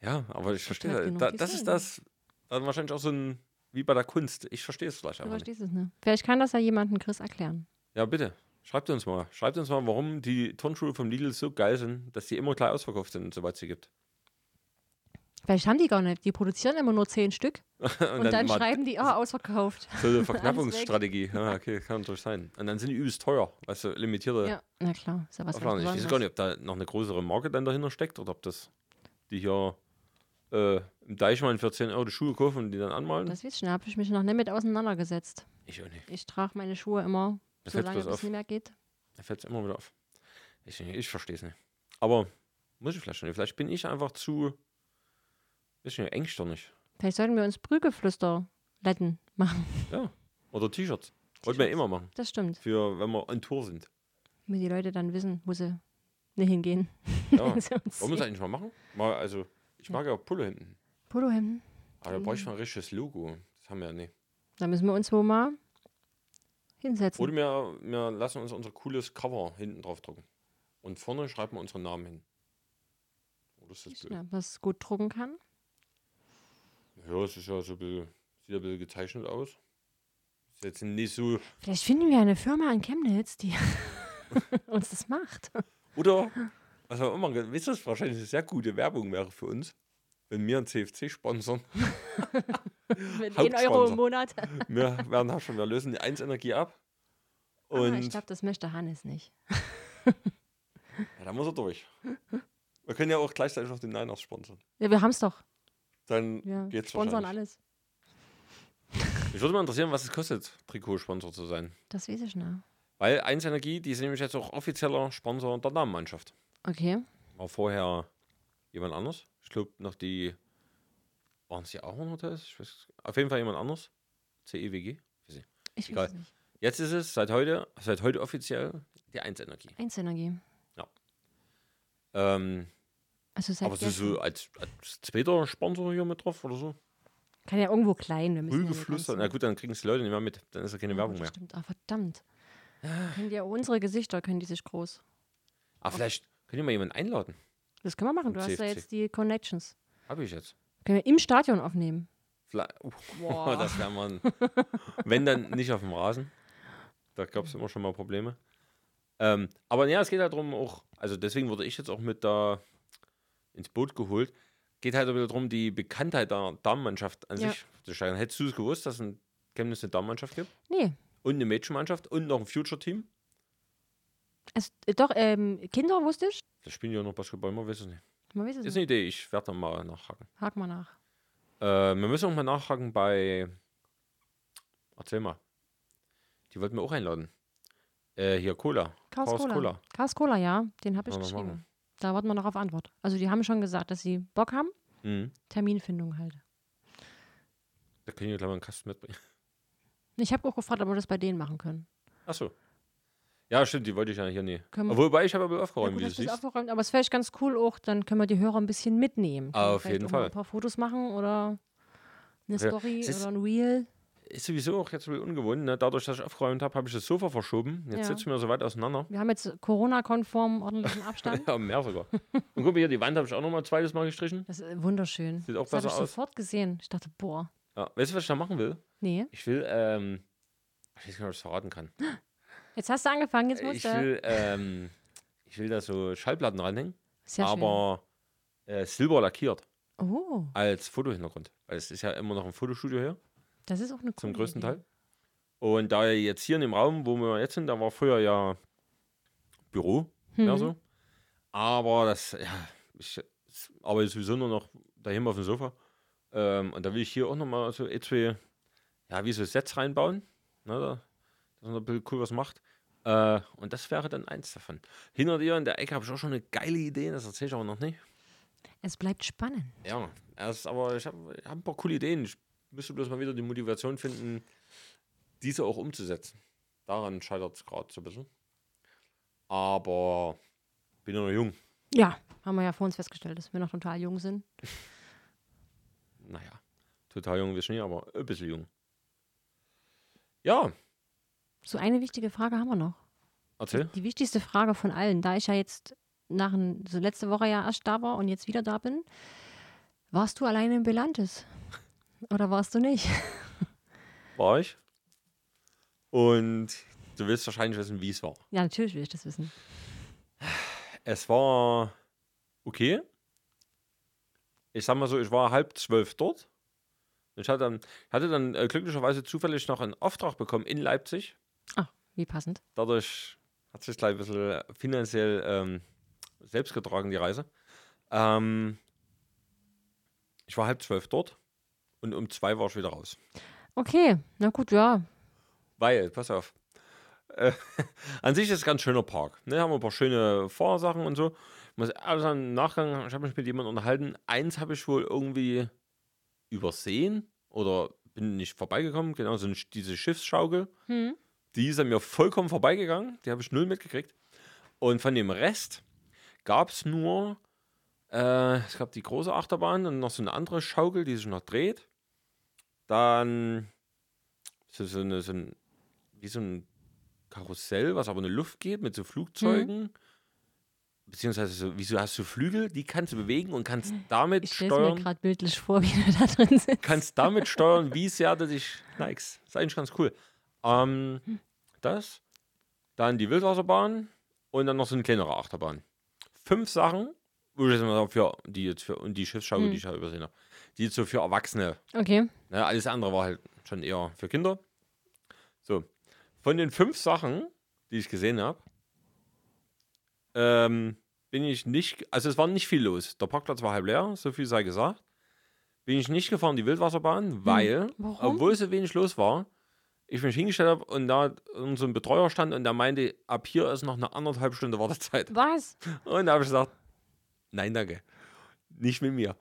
[SPEAKER 1] Ja, aber ich
[SPEAKER 2] hat
[SPEAKER 1] verstehe,
[SPEAKER 2] genug
[SPEAKER 1] da, das ist
[SPEAKER 2] gesehen.
[SPEAKER 1] das, dann wahrscheinlich auch so ein, wie bei der Kunst, ich verstehe es vielleicht
[SPEAKER 2] Du
[SPEAKER 1] einfach nicht.
[SPEAKER 2] verstehst es, ne? Vielleicht kann das ja jemanden Chris erklären.
[SPEAKER 1] Ja, bitte. Schreibt uns mal. Schreibt uns mal, warum die Turnschuhe vom Lidl so geil sind, dass die immer gleich ausverkauft sind, sobald sie gibt. [laughs]
[SPEAKER 2] Vielleicht haben die gar nicht. Die produzieren immer nur zehn Stück
[SPEAKER 1] Und,
[SPEAKER 2] und, dann,
[SPEAKER 1] immer
[SPEAKER 2] schreiben die, ah, ausverkauft. [laughs]
[SPEAKER 1] So eine Verknappungsstrategie. Ja, okay, kann natürlich sein. Und dann sind die übelst teuer. Weißt du, limitierte
[SPEAKER 2] Ja, na klar. Ist ja was
[SPEAKER 1] Auflagen. Ich weiß gar nicht,
[SPEAKER 2] Besonderes.
[SPEAKER 1] ob da noch eine größere Marke dann dahinter steckt oder ob das die hier äh, im Deichmann für 10 Euro die Schuhe kaufen und die dann anmalen.
[SPEAKER 2] Das weiß ich nicht, habe ich mich noch nicht mit auseinandergesetzt.
[SPEAKER 1] ich auch nicht.
[SPEAKER 2] Ich trage meine Schuhe immer,
[SPEAKER 1] Mir fällt's
[SPEAKER 2] solange
[SPEAKER 1] bloß
[SPEAKER 2] es
[SPEAKER 1] auf.
[SPEAKER 2] nicht mehr geht.
[SPEAKER 1] Da fällt es immer wieder auf. Ich, ich verstehe es nicht. Aber muss ich vielleicht schon nicht. Vielleicht bin ich einfach zu, weiß ich nicht, engstirnig.
[SPEAKER 2] Vielleicht sollten wir uns Prügeflüster-Letten [laughs] machen.
[SPEAKER 1] Ja. Oder T-Shirts. Wollten wir ja immer machen.
[SPEAKER 2] Das stimmt.
[SPEAKER 1] Für, wenn wir on Tour [laughs] sind.
[SPEAKER 2] Damit die Leute dann wissen, wo sie nicht hingehen.
[SPEAKER 1] Ja.
[SPEAKER 2] [laughs] Wenn sie uns
[SPEAKER 1] Wollen wir das
[SPEAKER 2] sehen.
[SPEAKER 1] eigentlich mal machen? Mal, also, ich mag ja Mhm. Pulle hinten.
[SPEAKER 2] Polohemden.
[SPEAKER 1] Aber da brauche ich mal ein richtiges Logo. Das haben wir ja nicht.
[SPEAKER 2] Da müssen wir uns wohl mal hinsetzen.
[SPEAKER 1] Oder wir, wir lassen uns unser cooles Cover hinten drauf drucken. Und vorne schreiben wir unseren Namen hin. Oder ist das blöd?
[SPEAKER 2] ja, was gut drucken kann.
[SPEAKER 1] Ja, es ist ja so ein bisschen, sieht ein bisschen gezeichnet aus. Ist jetzt nicht so.
[SPEAKER 2] Vielleicht finden wir eine Firma in Chemnitz, die [laughs] uns das macht.
[SPEAKER 1] [laughs] Oder, was wir immer, wisst ihr, was wahrscheinlich eine sehr gute Werbung wäre für uns? wenn wir einen CFC sponsern,
[SPEAKER 2] Mit 1 Euro im
[SPEAKER 1] Hauptsponsor.
[SPEAKER 2] Monat. [laughs]
[SPEAKER 1] wir werden da schon, wir lösen die 1 Energie ab. Und
[SPEAKER 2] ah, ich glaube, das möchte Hannes nicht.
[SPEAKER 1] ja, da muss er durch. Wir können ja auch gleichzeitig noch den Niners sponsern.
[SPEAKER 2] Ja, wir haben es doch.
[SPEAKER 1] Dann
[SPEAKER 2] Wir
[SPEAKER 1] geht's
[SPEAKER 2] sponsern
[SPEAKER 1] wahrscheinlich.
[SPEAKER 2] alles.
[SPEAKER 1] Mich würde mal interessieren, was es kostet, Trikotsponsor zu sein.
[SPEAKER 2] Das weiß ich noch.
[SPEAKER 1] Weil 1 Energie, die sind nämlich jetzt auch offizieller Sponsor der Damenmannschaft.
[SPEAKER 2] Okay.
[SPEAKER 1] War vorher jemand anders. Ich glaube, noch die. Waren es die auch noch das? Ich weiß, auf jeden Fall jemand anders. CEWG. Weiß ich.
[SPEAKER 2] Ich weiß
[SPEAKER 1] Egal.
[SPEAKER 2] es nicht.
[SPEAKER 1] Jetzt ist es seit heute, seit heute offiziell die 1 Energie.
[SPEAKER 2] Einzenergie.
[SPEAKER 1] Ähm,
[SPEAKER 2] Also seit
[SPEAKER 1] aber es ist
[SPEAKER 2] gestern.
[SPEAKER 1] so als, als zweiter Sponsor hier mit drauf oder so.
[SPEAKER 2] Kann ja irgendwo klein. Wir müssen ja
[SPEAKER 1] Ruhige
[SPEAKER 2] nicht ganz
[SPEAKER 1] Flüstern. Na gut, dann kriegen es die Leute nicht mehr mit. Dann ist ja keine Werbung
[SPEAKER 2] das
[SPEAKER 1] mehr. Ah.
[SPEAKER 2] Stimmt. Ah, verdammt. Können die ja unsere Gesichter, können die sich groß.
[SPEAKER 1] Aber Ah, vielleicht können wir mal jemanden einladen.
[SPEAKER 2] Das können wir machen.
[SPEAKER 1] Und
[SPEAKER 2] Du hast ja
[SPEAKER 1] CFC.
[SPEAKER 2] jetzt die Connections.
[SPEAKER 1] Habe ich jetzt.
[SPEAKER 2] Können wir im Stadion aufnehmen.
[SPEAKER 1] Fla [laughs] uh, Das wäre
[SPEAKER 2] [laughs]
[SPEAKER 1] man. Wenn dann nicht auf dem Rasen. Da gab es immer schon mal Probleme. Ähm, aber ja, es geht halt darum, auch, also deswegen wurde ich jetzt auch mit da ins Boot geholt. Geht halt auch wieder darum, die Bekanntheit der Damenmannschaft an
[SPEAKER 2] Ja.
[SPEAKER 1] sich zu steigern. Hättest du es gewusst, dass es in Chemnitz eine Damenmannschaft gibt?
[SPEAKER 2] Nee.
[SPEAKER 1] Und eine Mädchenmannschaft und noch ein Future-Team?
[SPEAKER 2] Also, äh, doch, ähm, Kinder wusste ich.
[SPEAKER 1] Da spielen ja noch Basketball, man weiß es nicht.
[SPEAKER 2] Man weiß es
[SPEAKER 1] Ist
[SPEAKER 2] nicht.
[SPEAKER 1] eine Idee, ich werde da mal nachhaken.
[SPEAKER 2] Hak mal nach.
[SPEAKER 1] Äh, wir müssen auch mal nachhaken bei. Erzähl mal. Die wollten wir auch einladen. Äh, hier Cola.
[SPEAKER 2] Chaos
[SPEAKER 1] Chaos
[SPEAKER 2] Cola.
[SPEAKER 1] Cola.
[SPEAKER 2] Chaos Cola, ja. Den habe ich
[SPEAKER 1] Wollen wir
[SPEAKER 2] geschrieben.
[SPEAKER 1] machen.
[SPEAKER 2] Da warten wir noch auf Antwort. Also die haben schon gesagt, dass sie Bock haben.
[SPEAKER 1] Mhm.
[SPEAKER 2] Terminfindung halt.
[SPEAKER 1] Da können wir gleich mal einen Kasten mitbringen.
[SPEAKER 2] Ich habe auch gefragt, ob wir das bei denen machen können.
[SPEAKER 1] Achso. Ja, stimmt, die wollte ich ja hier nie.
[SPEAKER 2] Können wir-
[SPEAKER 1] Wobei ich habe aber aufgeräumt,
[SPEAKER 2] gut,
[SPEAKER 1] wie du
[SPEAKER 2] dass du es
[SPEAKER 1] siehst.
[SPEAKER 2] aufgeräumt, aber es wäre echt ganz cool auch, dann können wir die Hörer ein bisschen mitnehmen. Können wir
[SPEAKER 1] Auf
[SPEAKER 2] vielleicht
[SPEAKER 1] jeden
[SPEAKER 2] auch mal
[SPEAKER 1] Fall.
[SPEAKER 2] Ein paar Fotos machen oder eine
[SPEAKER 1] Ja,
[SPEAKER 2] Story
[SPEAKER 1] es ist-
[SPEAKER 2] oder ein Reel.
[SPEAKER 1] Ist sowieso auch jetzt ein bisschen ungewohnt. Ne? Dadurch, dass ich aufgeräumt habe, habe ich das Sofa verschoben. Jetzt
[SPEAKER 2] Ja.
[SPEAKER 1] sitzen wir so weit auseinander.
[SPEAKER 2] Wir haben jetzt Corona-konform ordentlichen Abstand.
[SPEAKER 1] [laughs] Ja, mehr sogar. Und guck mal hier, die Wand habe ich auch nochmal ein zweites Mal gestrichen.
[SPEAKER 2] Das ist wunderschön.
[SPEAKER 1] Sieht auch
[SPEAKER 2] das habe ich
[SPEAKER 1] besser aus.
[SPEAKER 2] sofort gesehen. Ich dachte, boah,
[SPEAKER 1] Ja. Weißt du, was ich da machen will?
[SPEAKER 2] nee.
[SPEAKER 1] Ich will, ähm. Ich weiß gar nicht, ob ich es verraten kann.
[SPEAKER 2] Jetzt hast du angefangen, jetzt musst
[SPEAKER 1] Äh, Ich
[SPEAKER 2] du.
[SPEAKER 1] will, ähm, ich will da so Schallplatten ranhängen.
[SPEAKER 2] Sehr
[SPEAKER 1] aber äh, silber lackiert
[SPEAKER 2] schön. Oh,
[SPEAKER 1] als Fotohintergrund. Weil es ist ja immer noch ein Fotostudio hier,
[SPEAKER 2] das ist auch eine coole
[SPEAKER 1] zum größten
[SPEAKER 2] Idee.
[SPEAKER 1] Teil. Und da jetzt hier in dem Raum, wo wir jetzt sind, da war früher ja Büro,
[SPEAKER 2] Mhm.
[SPEAKER 1] ja so. Aber das, ja, ich arbeite sowieso nur noch daheim auf dem Sofa. Ähm, und da will ich hier auch nochmal so eh zwei, ja, wie so Sets reinbauen, ne, da, dass man da ein bisschen cool was macht. Äh, und das wäre dann eins davon. Hinter dir in der Ecke habe ich auch schon eine geile Idee, das erzähle ich aber noch nicht.
[SPEAKER 2] Es bleibt spannend.
[SPEAKER 1] Ja, erst, aber ich habe hab ein paar coole Ideen. Ich müsste bloß mal wieder die Motivation finden, diese auch umzusetzen. Daran scheitert es gerade so ein bisschen. Aber bin ja noch jung.
[SPEAKER 2] Ja, haben wir ja vor uns festgestellt, dass wir noch total jung sind.
[SPEAKER 1] Naja, total jung ist nicht, aber ein bisschen jung. Ja,
[SPEAKER 2] So eine wichtige Frage haben wir noch.
[SPEAKER 1] erzähl.
[SPEAKER 2] Die wichtigste Frage von allen, da ich ja jetzt nach n- so letzte Woche ja erst da war und jetzt wieder da bin, warst du alleine in Belantes? Oder warst du nicht?
[SPEAKER 1] War ich. Und du willst wahrscheinlich wissen, wie es war.
[SPEAKER 2] Ja, natürlich will ich das wissen.
[SPEAKER 1] Es war okay. Ich sag mal so, ich war halb zwölf dort. Ich hatte dann, hatte dann äh, glücklicherweise zufällig noch einen Auftrag bekommen in Leipzig.
[SPEAKER 2] Ah, wie passend.
[SPEAKER 1] Dadurch hat sich gleich ein bisschen äh, finanziell ähm, selbst getragen, die Reise. Ähm, ich war halb zwölf dort und um zwei war ich wieder raus.
[SPEAKER 2] Okay, na gut, ja.
[SPEAKER 1] Weil, pass auf. Äh, [laughs] an sich ist es ein ganz schöner Park. Ne, haben wir ein paar schöne Fahrsachen und so. Ich muss ehrlich sagen, im Nachgang, ich habe mich mit jemandem unterhalten. Eins habe ich wohl irgendwie übersehen oder bin nicht vorbeigekommen. Genau, so ein, diese Schiffsschaukel.
[SPEAKER 2] Hm.
[SPEAKER 1] Die ist an mir vollkommen vorbeigegangen. Die habe ich null mitgekriegt. Und von dem Rest gab es nur, äh, es gab die große Achterbahn und noch so eine andere Schaukel, die sich noch dreht. Dann so, so, eine, so ein, wie so ein Karussell, was aber in die Luft geht mit so Flugzeugen. Beziehungsweise so, wieso hast du Flügel, die kannst du bewegen und kannst damit
[SPEAKER 2] Hm. Ich stelle mir
[SPEAKER 1] steuern,
[SPEAKER 2] gerade bildlich vor, [laughs] wie du da drin sitzt.
[SPEAKER 1] kannst damit steuern, wie sehr du dich neigst. Ist eigentlich ganz cool. Ähm,
[SPEAKER 2] Hm.
[SPEAKER 1] das, dann die Wildwasserbahn und dann noch so eine kleinere Achterbahn. Fünf Sachen, wo ich jetzt mal sag, für die jetzt für und die Schiffsschau,
[SPEAKER 2] Hm.
[SPEAKER 1] die ich ja übersehen habe, die jetzt so für Erwachsene.
[SPEAKER 2] Okay.
[SPEAKER 1] Ne? Alles andere war halt schon eher für Kinder. So, von den fünf Sachen, die ich gesehen habe, ähm, bin ich nicht, also es war nicht viel los. Der Parkplatz war halb leer, so viel sei gesagt. Bin ich nicht gefahren, die Wildwasserbahn, weil,
[SPEAKER 2] Warum?
[SPEAKER 1] obwohl so wenig los war, ich mich hingestellt habe und da so ein Betreuer stand und der meinte, ab hier ist noch eine anderthalb Stunde Wartezeit.
[SPEAKER 2] Was?
[SPEAKER 1] Und da habe ich gesagt, nein, danke. Nicht mit mir.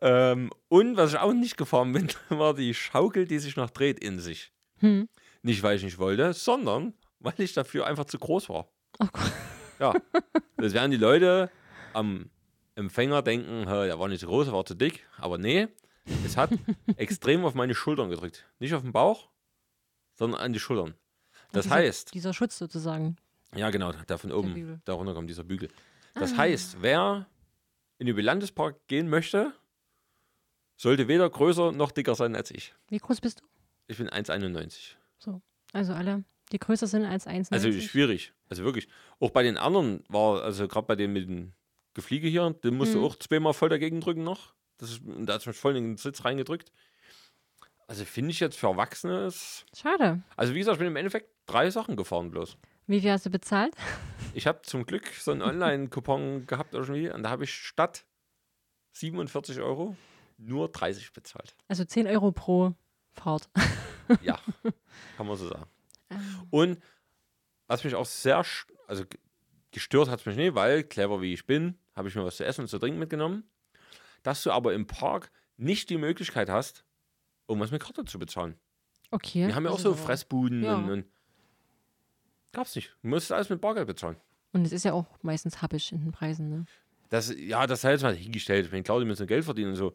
[SPEAKER 1] Ähm, und was ich auch nicht gefahren bin, [laughs] war die Schaukel, die sich noch dreht in sich.
[SPEAKER 2] Hm.
[SPEAKER 1] Nicht, weil ich nicht wollte, sondern weil ich dafür einfach zu groß war.
[SPEAKER 2] Ach Oh Gott. [laughs]
[SPEAKER 1] Ja. Das werden die Leute am Empfänger denken, "Hä, der war nicht so groß, der war zu dick. Aber nee, es
[SPEAKER 2] [laughs]
[SPEAKER 1] hat extrem auf meine Schultern gedrückt. Nicht auf den Bauch, sondern an die Schultern. Das
[SPEAKER 2] dieser,
[SPEAKER 1] heißt,
[SPEAKER 2] Dieser Schutz sozusagen.
[SPEAKER 1] ja, genau, der von oben,
[SPEAKER 2] Bügel.
[SPEAKER 1] da runterkommt dieser Bügel. Das heißt, wer in den Landespark gehen möchte, sollte weder größer noch dicker sein als ich.
[SPEAKER 2] Wie groß bist du?
[SPEAKER 1] Ich bin 1,91.
[SPEAKER 2] So. Also alle, die größer sind als 1,90.
[SPEAKER 1] Also schwierig. Also wirklich. Auch bei den anderen war, also gerade bei den mit dem Gefliege hier, den musst
[SPEAKER 2] Mhm.
[SPEAKER 1] du auch zweimal voll dagegen drücken noch. Das ist, da hat mich voll in den Sitz reingedrückt. Also finde ich jetzt für Erwachsene ist.
[SPEAKER 2] Schade.
[SPEAKER 1] Also wie gesagt, ich bin im Endeffekt drei Sachen gefahren bloß.
[SPEAKER 2] Wie viel hast du bezahlt?
[SPEAKER 1] Ich habe zum Glück so einen Online-Coupon gehabt irgendwie und da habe ich statt 47 Euro nur 30 bezahlt.
[SPEAKER 2] Also 10 Euro pro Fahrt. [laughs]
[SPEAKER 1] Ja, kann man so sagen.
[SPEAKER 2] Ähm,
[SPEAKER 1] Und was mich auch sehr, sch- also g- gestört hat es mich nicht, weil clever wie ich bin, habe ich mir was zu essen und zu trinken mitgenommen, dass du aber im Park nicht die Möglichkeit hast, irgendwas mit Karte zu bezahlen.
[SPEAKER 2] Okay. also
[SPEAKER 1] Wir haben ja auch
[SPEAKER 2] Das
[SPEAKER 1] so
[SPEAKER 2] ist aber-
[SPEAKER 1] Fressbuden
[SPEAKER 2] Ja.
[SPEAKER 1] und, und gab's nicht. Du musst alles mit Bargeld bezahlen.
[SPEAKER 2] Und es ist ja auch meistens happig in den Preisen, ne?
[SPEAKER 1] Das, ja, das hat jetzt mal hingestellt. Ich meine, klar, die müssen Geld verdienen und so.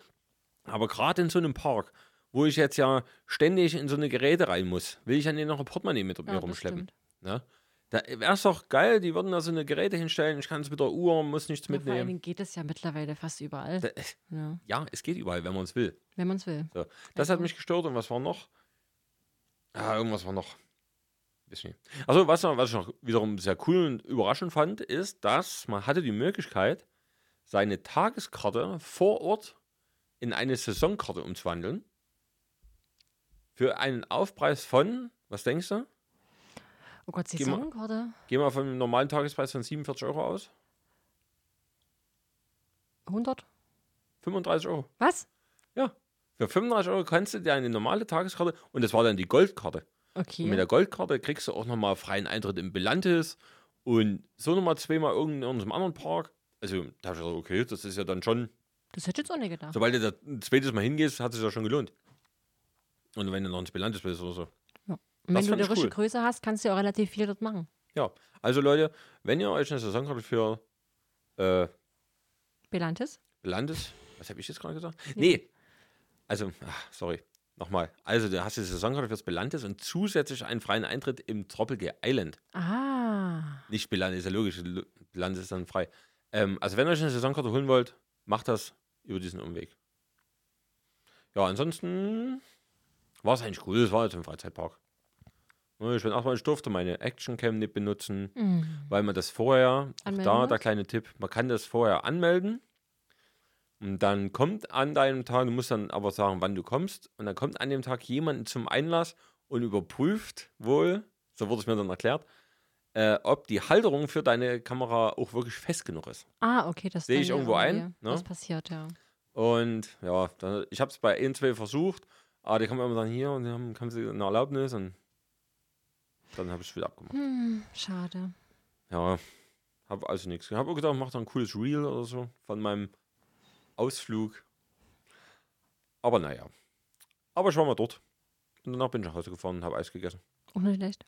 [SPEAKER 1] Aber gerade in so einem Park, wo ich jetzt ja ständig in so eine Geräte rein muss, will ich ja nicht noch ein Portemonnaie mit mir
[SPEAKER 2] Ja, das
[SPEAKER 1] rumschleppen.
[SPEAKER 2] stimmt.
[SPEAKER 1] Ne? Da wäre es doch geil, die würden da so eine Geräte hinstellen, ich kann es mit der Uhr, muss nichts
[SPEAKER 2] Ja, vor allen
[SPEAKER 1] mitnehmen.
[SPEAKER 2] Dingen geht es ja mittlerweile fast überall. ne?
[SPEAKER 1] Da,
[SPEAKER 2] ja,
[SPEAKER 1] ja, es geht überall, wenn man es will.
[SPEAKER 2] wenn man es will.
[SPEAKER 1] So. Das hat
[SPEAKER 2] Also-
[SPEAKER 1] mich gestört und was war noch? Ah, irgendwas war noch. Weiß nicht. Also was, noch- was ich noch wiederum sehr cool und überraschend fand, ist, dass man hatte die Möglichkeit, seine Tageskarte vor Ort in eine Saisonkarte umzuwandeln. Für einen Aufpreis von, was denkst du?
[SPEAKER 2] Oh Gott,
[SPEAKER 1] Geh mal-
[SPEAKER 2] Saisonkarte?
[SPEAKER 1] Gehen wir von einem normalen Tagespreis von 47 Euro aus?
[SPEAKER 2] 100?
[SPEAKER 1] 35 Euro.
[SPEAKER 2] Was?
[SPEAKER 1] Ja. Für 35 Euro kannst du dir eine normale Tageskarte und das war dann die Goldkarte. Und mit
[SPEAKER 2] Okay.
[SPEAKER 1] der Goldkarte kriegst du auch nochmal freien Eintritt im Belantes und so nochmal zweimal irgendein- in unserem anderen Park. Also, da hab ich gesagt, okay, das ist ja dann schon,
[SPEAKER 2] Das hätte ich jetzt auch nicht gedacht.
[SPEAKER 1] sobald du da ein zweites Mal hingehst, hat es ja schon gelohnt. Und wenn du noch ins Belantes bist oder so.
[SPEAKER 2] Und
[SPEAKER 1] das
[SPEAKER 2] wenn
[SPEAKER 1] fand
[SPEAKER 2] du eine
[SPEAKER 1] ich
[SPEAKER 2] richtige
[SPEAKER 1] cool.
[SPEAKER 2] Größe hast, kannst du ja auch relativ viel dort machen.
[SPEAKER 1] Ja, also Leute, wenn ihr euch eine Saisonkarte für äh,
[SPEAKER 2] Belantes?
[SPEAKER 1] Landes. Was habe ich jetzt gerade gesagt? Nee. Also, ach, sorry. Nochmal. Also, du hast die Saisonkarte fürs Belandes und zusätzlich einen freien Eintritt im Tropical Island.
[SPEAKER 2] Ah.
[SPEAKER 1] Nicht Belandes, ist ja logisch. L- Belandes ist dann frei. Ähm, also, wenn ihr euch eine Saisonkarte holen wollt, macht das über diesen Umweg. Ja, ansonsten war es eigentlich cool. Es war jetzt im Freizeitpark. Ich bin auch mal, ich durfte meine Actioncam nicht benutzen
[SPEAKER 2] Mhm.
[SPEAKER 1] weil man das vorher, auch
[SPEAKER 2] Anmelden
[SPEAKER 1] da
[SPEAKER 2] muss?
[SPEAKER 1] der kleine Tipp, man kann das vorher anmelden und dann kommt an deinem Tag, du musst dann aber sagen, wann du kommst und dann kommt an dem Tag jemand zum Einlass und überprüft wohl, so wurde es mir dann erklärt, äh, ob die Halterung für deine Kamera auch wirklich fest genug ist.
[SPEAKER 2] Ah, okay, das
[SPEAKER 1] Sehe
[SPEAKER 2] dann
[SPEAKER 1] ich
[SPEAKER 2] ja
[SPEAKER 1] irgendwo ein,
[SPEAKER 2] irgendwie
[SPEAKER 1] ne?
[SPEAKER 2] Was passiert, ja.
[SPEAKER 1] Und ja, dann, ich habe es bei ein, zwei versucht, aber die kommen immer dann hier und dann haben sie eine Erlaubnis und dann habe ich es wieder abgemacht.
[SPEAKER 2] Hm, schade.
[SPEAKER 1] Ja, habe also nichts. Habe auch gedacht, mach da ein cooles Reel oder so von meinem Ausflug. Aber naja. Aber ich war mal dort. Und danach bin ich nach Hause gefahren und habe Eis gegessen.
[SPEAKER 2] Auch nicht schlecht.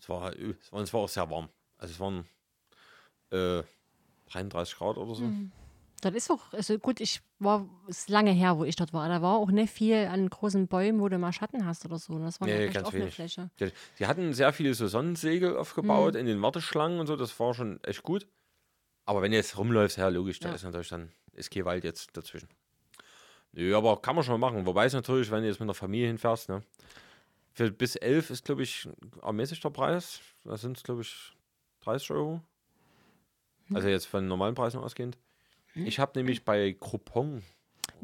[SPEAKER 1] Es war, äh, es war, es war auch sehr warm. Also es waren äh, 33 Grad oder so.
[SPEAKER 2] Das ist auch, also gut, ich war, es ist lange her, wo ich dort war. Da war auch nicht viel an großen Bäumen, wo du mal Schatten hast oder so. Das war
[SPEAKER 1] Nee,
[SPEAKER 2] eine recht
[SPEAKER 1] ganz
[SPEAKER 2] offene
[SPEAKER 1] wenig.
[SPEAKER 2] Fläche.
[SPEAKER 1] Die, die hatten sehr viele so Sonnensegel aufgebaut in den Warteschlangen und so. Das war schon echt gut. Aber wenn du jetzt rumläufst, ja, logisch, da
[SPEAKER 2] Ja.
[SPEAKER 1] ist natürlich dann, ist kein Wald jetzt dazwischen. Nö, aber kann man schon mal machen. Wobei es natürlich, wenn du jetzt mit der Familie hinfährst, ne? Für bis 11 ist, glaube ich, ermäßig der Preis. Da sind es, glaube ich, 30 Euro. Also jetzt von normalen Preisen ausgehend. Ich habe nämlich bei Groupon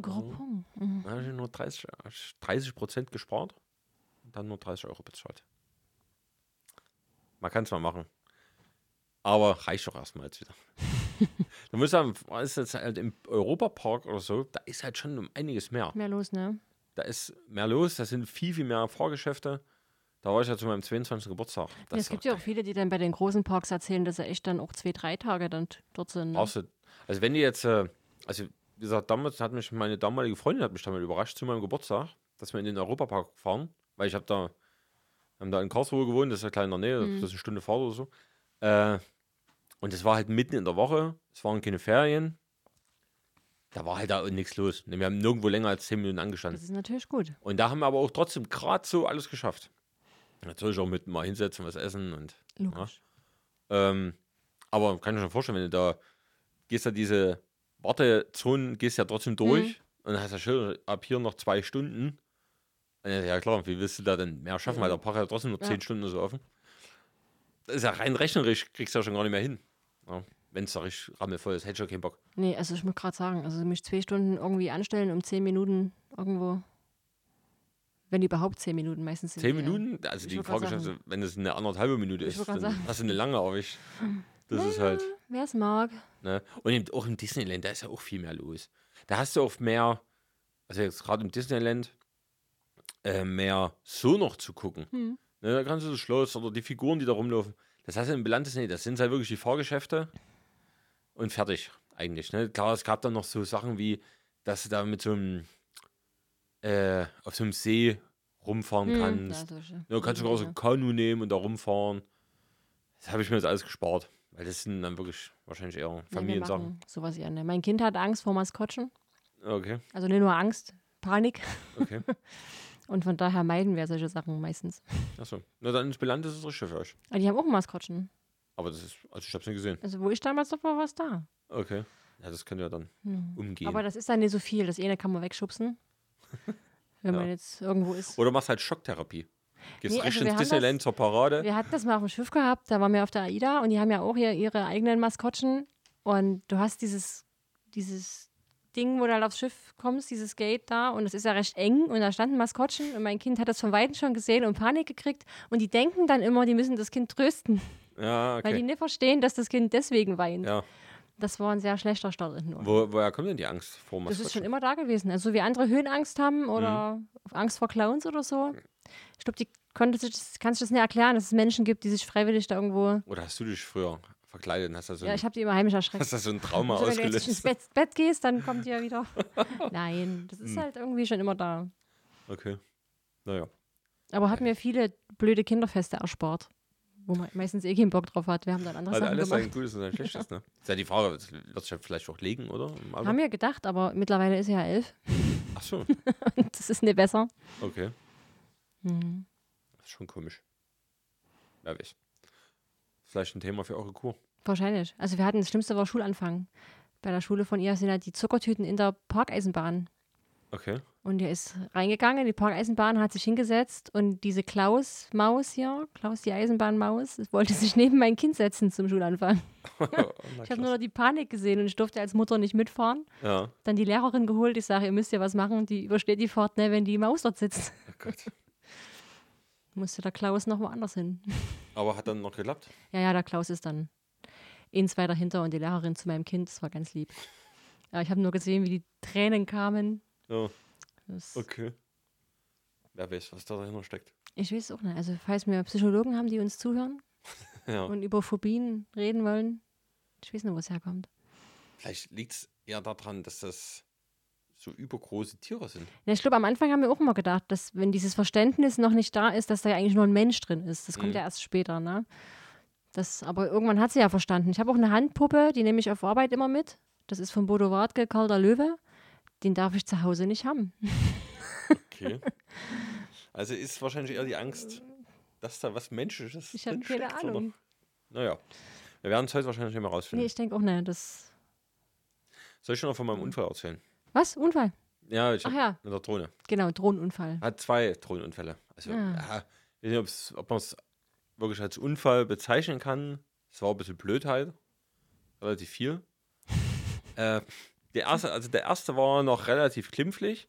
[SPEAKER 2] Groupon. Mhm.
[SPEAKER 1] da hab ich nur 30, 30 Prozent gespart und dann nur 30 Euro bezahlt. Man kann es mal machen. Aber reicht doch erstmal jetzt wieder. du musst sagen, ist jetzt halt im Europapark oder so, da ist halt schon um einiges mehr.
[SPEAKER 2] Mehr los, ne?
[SPEAKER 1] Da ist mehr los, da sind viel, viel mehr Fahrgeschäfte. Da war ich ja zu meinem 22. Geburtstag.
[SPEAKER 2] Ja, es
[SPEAKER 1] ist doch
[SPEAKER 2] gibt ja auch viele, die dann bei den großen Parks erzählen, dass sie echt dann auch zwei, drei Tage dann t- dort sind. Ne?
[SPEAKER 1] Brauchst du, also wenn die jetzt, äh, also wie gesagt, damals hat mich meine damalige Freundin hat mich damit überrascht zu meinem Geburtstag, dass wir in den Europapark fahren, weil ich habe da, haben da in Karlsruhe gewohnt, das ist ja klein in der Nähe, das ist eine Stunde Fahrt oder so. Äh, und es war halt mitten in der Woche, es waren keine Ferien, da war halt da nichts los. Wir haben nirgendwo länger als 10 Minuten angestanden.
[SPEAKER 2] Das ist natürlich gut.
[SPEAKER 1] Und da haben wir aber auch trotzdem gerade so alles geschafft. Natürlich auch mit mal hinsetzen, was essen und
[SPEAKER 2] Logisch.
[SPEAKER 1] ähm, aber kann ich mir schon vorstellen, wenn du da gehst ja diese Wartezonen, gehst ja
[SPEAKER 2] Mhm.
[SPEAKER 1] trotzdem durch und dann hast ja schon ab hier noch zwei Stunden. Und dann, Ja klar, wie willst du da denn mehr schaffen? Weil der Park hat ja trotzdem nur
[SPEAKER 2] Ja.
[SPEAKER 1] zehn Stunden so offen. Das ist ja rein rechnerisch, kriegst du ja schon gar nicht mehr hin. Ja, wenn es da richtig rammelvoll ist, hätte ich schon keinen Bock.
[SPEAKER 2] Nee, also ich muss gerade sagen, also mich zwei Stunden irgendwie anstellen, um zehn Minuten irgendwo. Wenn überhaupt zehn Minuten, meistens sind
[SPEAKER 1] Zehn
[SPEAKER 2] die ja-
[SPEAKER 1] Minuten, also
[SPEAKER 2] Ich
[SPEAKER 1] die
[SPEAKER 2] wollt grad
[SPEAKER 1] Fahrgeschäfte, wenn es eine anderthalbe Minute
[SPEAKER 2] Ich
[SPEAKER 1] ist,
[SPEAKER 2] wollt grad
[SPEAKER 1] dann
[SPEAKER 2] sagen.
[SPEAKER 1] hast du eine lange, aber
[SPEAKER 2] [laughs]
[SPEAKER 1] ich. Das ist halt.
[SPEAKER 2] Wer es Hm, mag.
[SPEAKER 1] Ne? Und eben auch im Disneyland, da ist ja auch viel mehr los. Da hast du auch mehr, also jetzt gerade im Disneyland, äh, mehr so noch zu gucken. Ne, da kannst du das Schloss oder die Figuren, die da rumlaufen. Das hast du im Bilanz nicht. Das sind halt wirklich die Fahrgeschäfte und fertig eigentlich. Ne? Klar, es gab dann noch so Sachen wie, dass du da mit so einem, äh, auf so einem See rumfahren
[SPEAKER 2] Hm,
[SPEAKER 1] kannst.
[SPEAKER 2] ja, solche.
[SPEAKER 1] Ja, kannst du sogar so ein Kanu nehmen und da rumfahren. Das habe ich mir jetzt alles gespart. Weil das sind dann wirklich wahrscheinlich eher
[SPEAKER 2] Nee, wir
[SPEAKER 1] Familiensachen. Ah,
[SPEAKER 2] machen Sowas eher, ne? Mein Kind hat Angst vor Maskottchen.
[SPEAKER 1] Okay,
[SPEAKER 2] Also nicht nur Angst, Panik.
[SPEAKER 1] okay.
[SPEAKER 2] [laughs] Und von daher meiden wir solche Sachen meistens.
[SPEAKER 1] Achso. Na dann ins Bilanz ist es richtig für euch.
[SPEAKER 2] Aber die haben auch ein Maskottchen.
[SPEAKER 1] Aber das ist, also ich hab's nicht gesehen.
[SPEAKER 2] Also wo ich damals noch war, war es da.
[SPEAKER 1] Okay. Ja, das könnt ihr dann umgehen.
[SPEAKER 2] Hm. Aber das ist dann nicht so viel. Das eine kann man
[SPEAKER 1] [laughs]
[SPEAKER 2] wegschubsen. Wenn man
[SPEAKER 1] Ja.
[SPEAKER 2] jetzt irgendwo ist.
[SPEAKER 1] Oder machst halt Schocktherapie. Gehst
[SPEAKER 2] Nee, also
[SPEAKER 1] richtig
[SPEAKER 2] wir
[SPEAKER 1] ins
[SPEAKER 2] haben
[SPEAKER 1] Disneyland zur Parade.
[SPEAKER 2] Wir hatten das mal auf dem Schiff gehabt, da waren wir auf der AIDA und die haben ja auch hier ihre eigenen Maskottchen. Und du hast dieses, dieses Ding, wo du halt aufs Schiff kommst, dieses Gate da und es ist ja recht eng und da standen Maskottchen und mein Kind hat das von Weitem schon gesehen und Panik gekriegt und die denken dann immer, die müssen das Kind trösten,
[SPEAKER 1] Ja,
[SPEAKER 2] weil die
[SPEAKER 1] okay.
[SPEAKER 2] nicht verstehen, dass das Kind deswegen weint.
[SPEAKER 1] Ja.
[SPEAKER 2] Das war ein sehr schlechter Start in den Urlaub.
[SPEAKER 1] Wo, woher kommt denn die Angst vor
[SPEAKER 2] Das ist schon
[SPEAKER 1] Maskottchen?
[SPEAKER 2] immer da gewesen. Also so wie andere Höhenangst haben oder
[SPEAKER 1] Mhm.
[SPEAKER 2] Angst vor Clowns oder so. Ich glaube, die konnte sich, das- kannst du das nicht erklären, dass es Menschen gibt, die sich freiwillig da irgendwo
[SPEAKER 1] Oder hast du dich früher verkleidet und hast da so,
[SPEAKER 2] Ja,
[SPEAKER 1] ein,
[SPEAKER 2] ich habe die immer heimisch
[SPEAKER 1] [laughs]
[SPEAKER 2] erschreckt.
[SPEAKER 1] hast da so
[SPEAKER 2] [laughs]
[SPEAKER 1] ein Trauma
[SPEAKER 2] Also, wenn du jetzt ins
[SPEAKER 1] ausgelöst?
[SPEAKER 2] Bett, Bett gehst, dann kommt die
[SPEAKER 1] [laughs]
[SPEAKER 2] ja wieder. Nein, das
[SPEAKER 1] Hm.
[SPEAKER 2] ist halt irgendwie schon immer da.
[SPEAKER 1] Okay. Naja.
[SPEAKER 2] Aber hat mir viele blöde Kinderfeste erspart, wo man meistens eh keinen Bock drauf hat. Wir haben dann andere
[SPEAKER 1] Also
[SPEAKER 2] Sachen
[SPEAKER 1] alles sein
[SPEAKER 2] gemacht.
[SPEAKER 1] Gutes und sein
[SPEAKER 2] [laughs]
[SPEAKER 1] Schlechtes, ne? Ist ja die Frage, das wird sich ja vielleicht auch legen, oder? Im Alter?
[SPEAKER 2] Haben wir gedacht, aber mittlerweile ist sie ja elf. [laughs]
[SPEAKER 1] Ach so.
[SPEAKER 2] Das ist nicht besser.
[SPEAKER 1] Okay.
[SPEAKER 2] Hm.
[SPEAKER 1] Das ist schon komisch. Wer weiß. Vielleicht ein Thema für eure Kur.
[SPEAKER 2] Wahrscheinlich. Also wir hatten das Schlimmste war Schulanfang. Bei der Schule von ihr sind ja die Zuckertüten in der Parkeisenbahn. [laughs]
[SPEAKER 1] Okay. [laughs] Oh,
[SPEAKER 2] Und er ist reingegangen in die Parkeisenbahn, hat sich hingesetzt und diese Klaus-Maus hier, Klaus die Eisenbahnmaus, wollte sich neben mein Kind setzen zum Schulanfang.
[SPEAKER 1] oh,
[SPEAKER 2] Ich habe nur noch die Panik gesehen und ich durfte als Mutter nicht mitfahren.
[SPEAKER 1] ja.
[SPEAKER 2] Dann die Lehrerin geholt, ich sage, ihr müsst ja was machen, die übersteht die Fahrt, ne, wenn die Maus dort sitzt.
[SPEAKER 1] Oh Gott.
[SPEAKER 2] Musste der Klaus noch woanders hin.
[SPEAKER 1] Aber hat dann noch geklappt?
[SPEAKER 2] Ja, ja, der Klaus ist dann eh ins weiter hinter und die Lehrerin zu meinem Kind, das war ganz lieb. Ja, ich habe nur gesehen, wie die Tränen kamen.
[SPEAKER 1] Ja,
[SPEAKER 2] Das,
[SPEAKER 1] okay. Wer weiß, was da dahinter steckt. [laughs]
[SPEAKER 2] Ich weiß auch nicht. Also, falls wir Psychologen haben, die uns zuhören,
[SPEAKER 1] Ja.
[SPEAKER 2] und über Phobien reden wollen. Ich weiß nur, wo es herkommt.
[SPEAKER 1] Vielleicht liegt es eher daran, dass das so übergroße Tiere sind.
[SPEAKER 2] Ja, ich glaube, am Anfang haben wir auch immer gedacht, dass wenn dieses Verständnis noch nicht da ist, dass da ja eigentlich nur ein Mensch drin ist. Das kommt
[SPEAKER 1] Mhm.
[SPEAKER 2] ja erst später, ne? Das, aber irgendwann hat sie ja verstanden. Ich habe auch eine Handpuppe, die nehme ich auf Arbeit immer mit. Das ist von Bodo Wartke, Karl der Löwe. Den darf ich zu Hause nicht haben. [laughs]
[SPEAKER 1] Okay. also ist wahrscheinlich eher die Angst, dass da was Menschliches
[SPEAKER 2] Ich habe
[SPEAKER 1] drinsteckt,
[SPEAKER 2] keine Ahnung.
[SPEAKER 1] Oder? Naja. Wir werden es heute wahrscheinlich nicht mehr rausfinden.
[SPEAKER 2] Nee, ich denke auch, ne, das.
[SPEAKER 1] Soll ich schon noch von meinem Unfall erzählen?
[SPEAKER 2] Was? Unfall?
[SPEAKER 1] Ja, ich
[SPEAKER 2] Ach
[SPEAKER 1] hab
[SPEAKER 2] ja.
[SPEAKER 1] mit der Drohne.
[SPEAKER 2] Genau, Drohnenunfall. [laughs]
[SPEAKER 1] Hat zwei Drohnenunfälle. Also,
[SPEAKER 2] Ah.
[SPEAKER 1] ja, ich weiß nicht, ob's- ob man es wirklich als
[SPEAKER 2] [laughs]
[SPEAKER 1] Unfall bezeichnen kann. Es war ein bisschen Blödheit. Relativ viel. halt. Äh, der erste, also der erste war noch relativ klimpflich.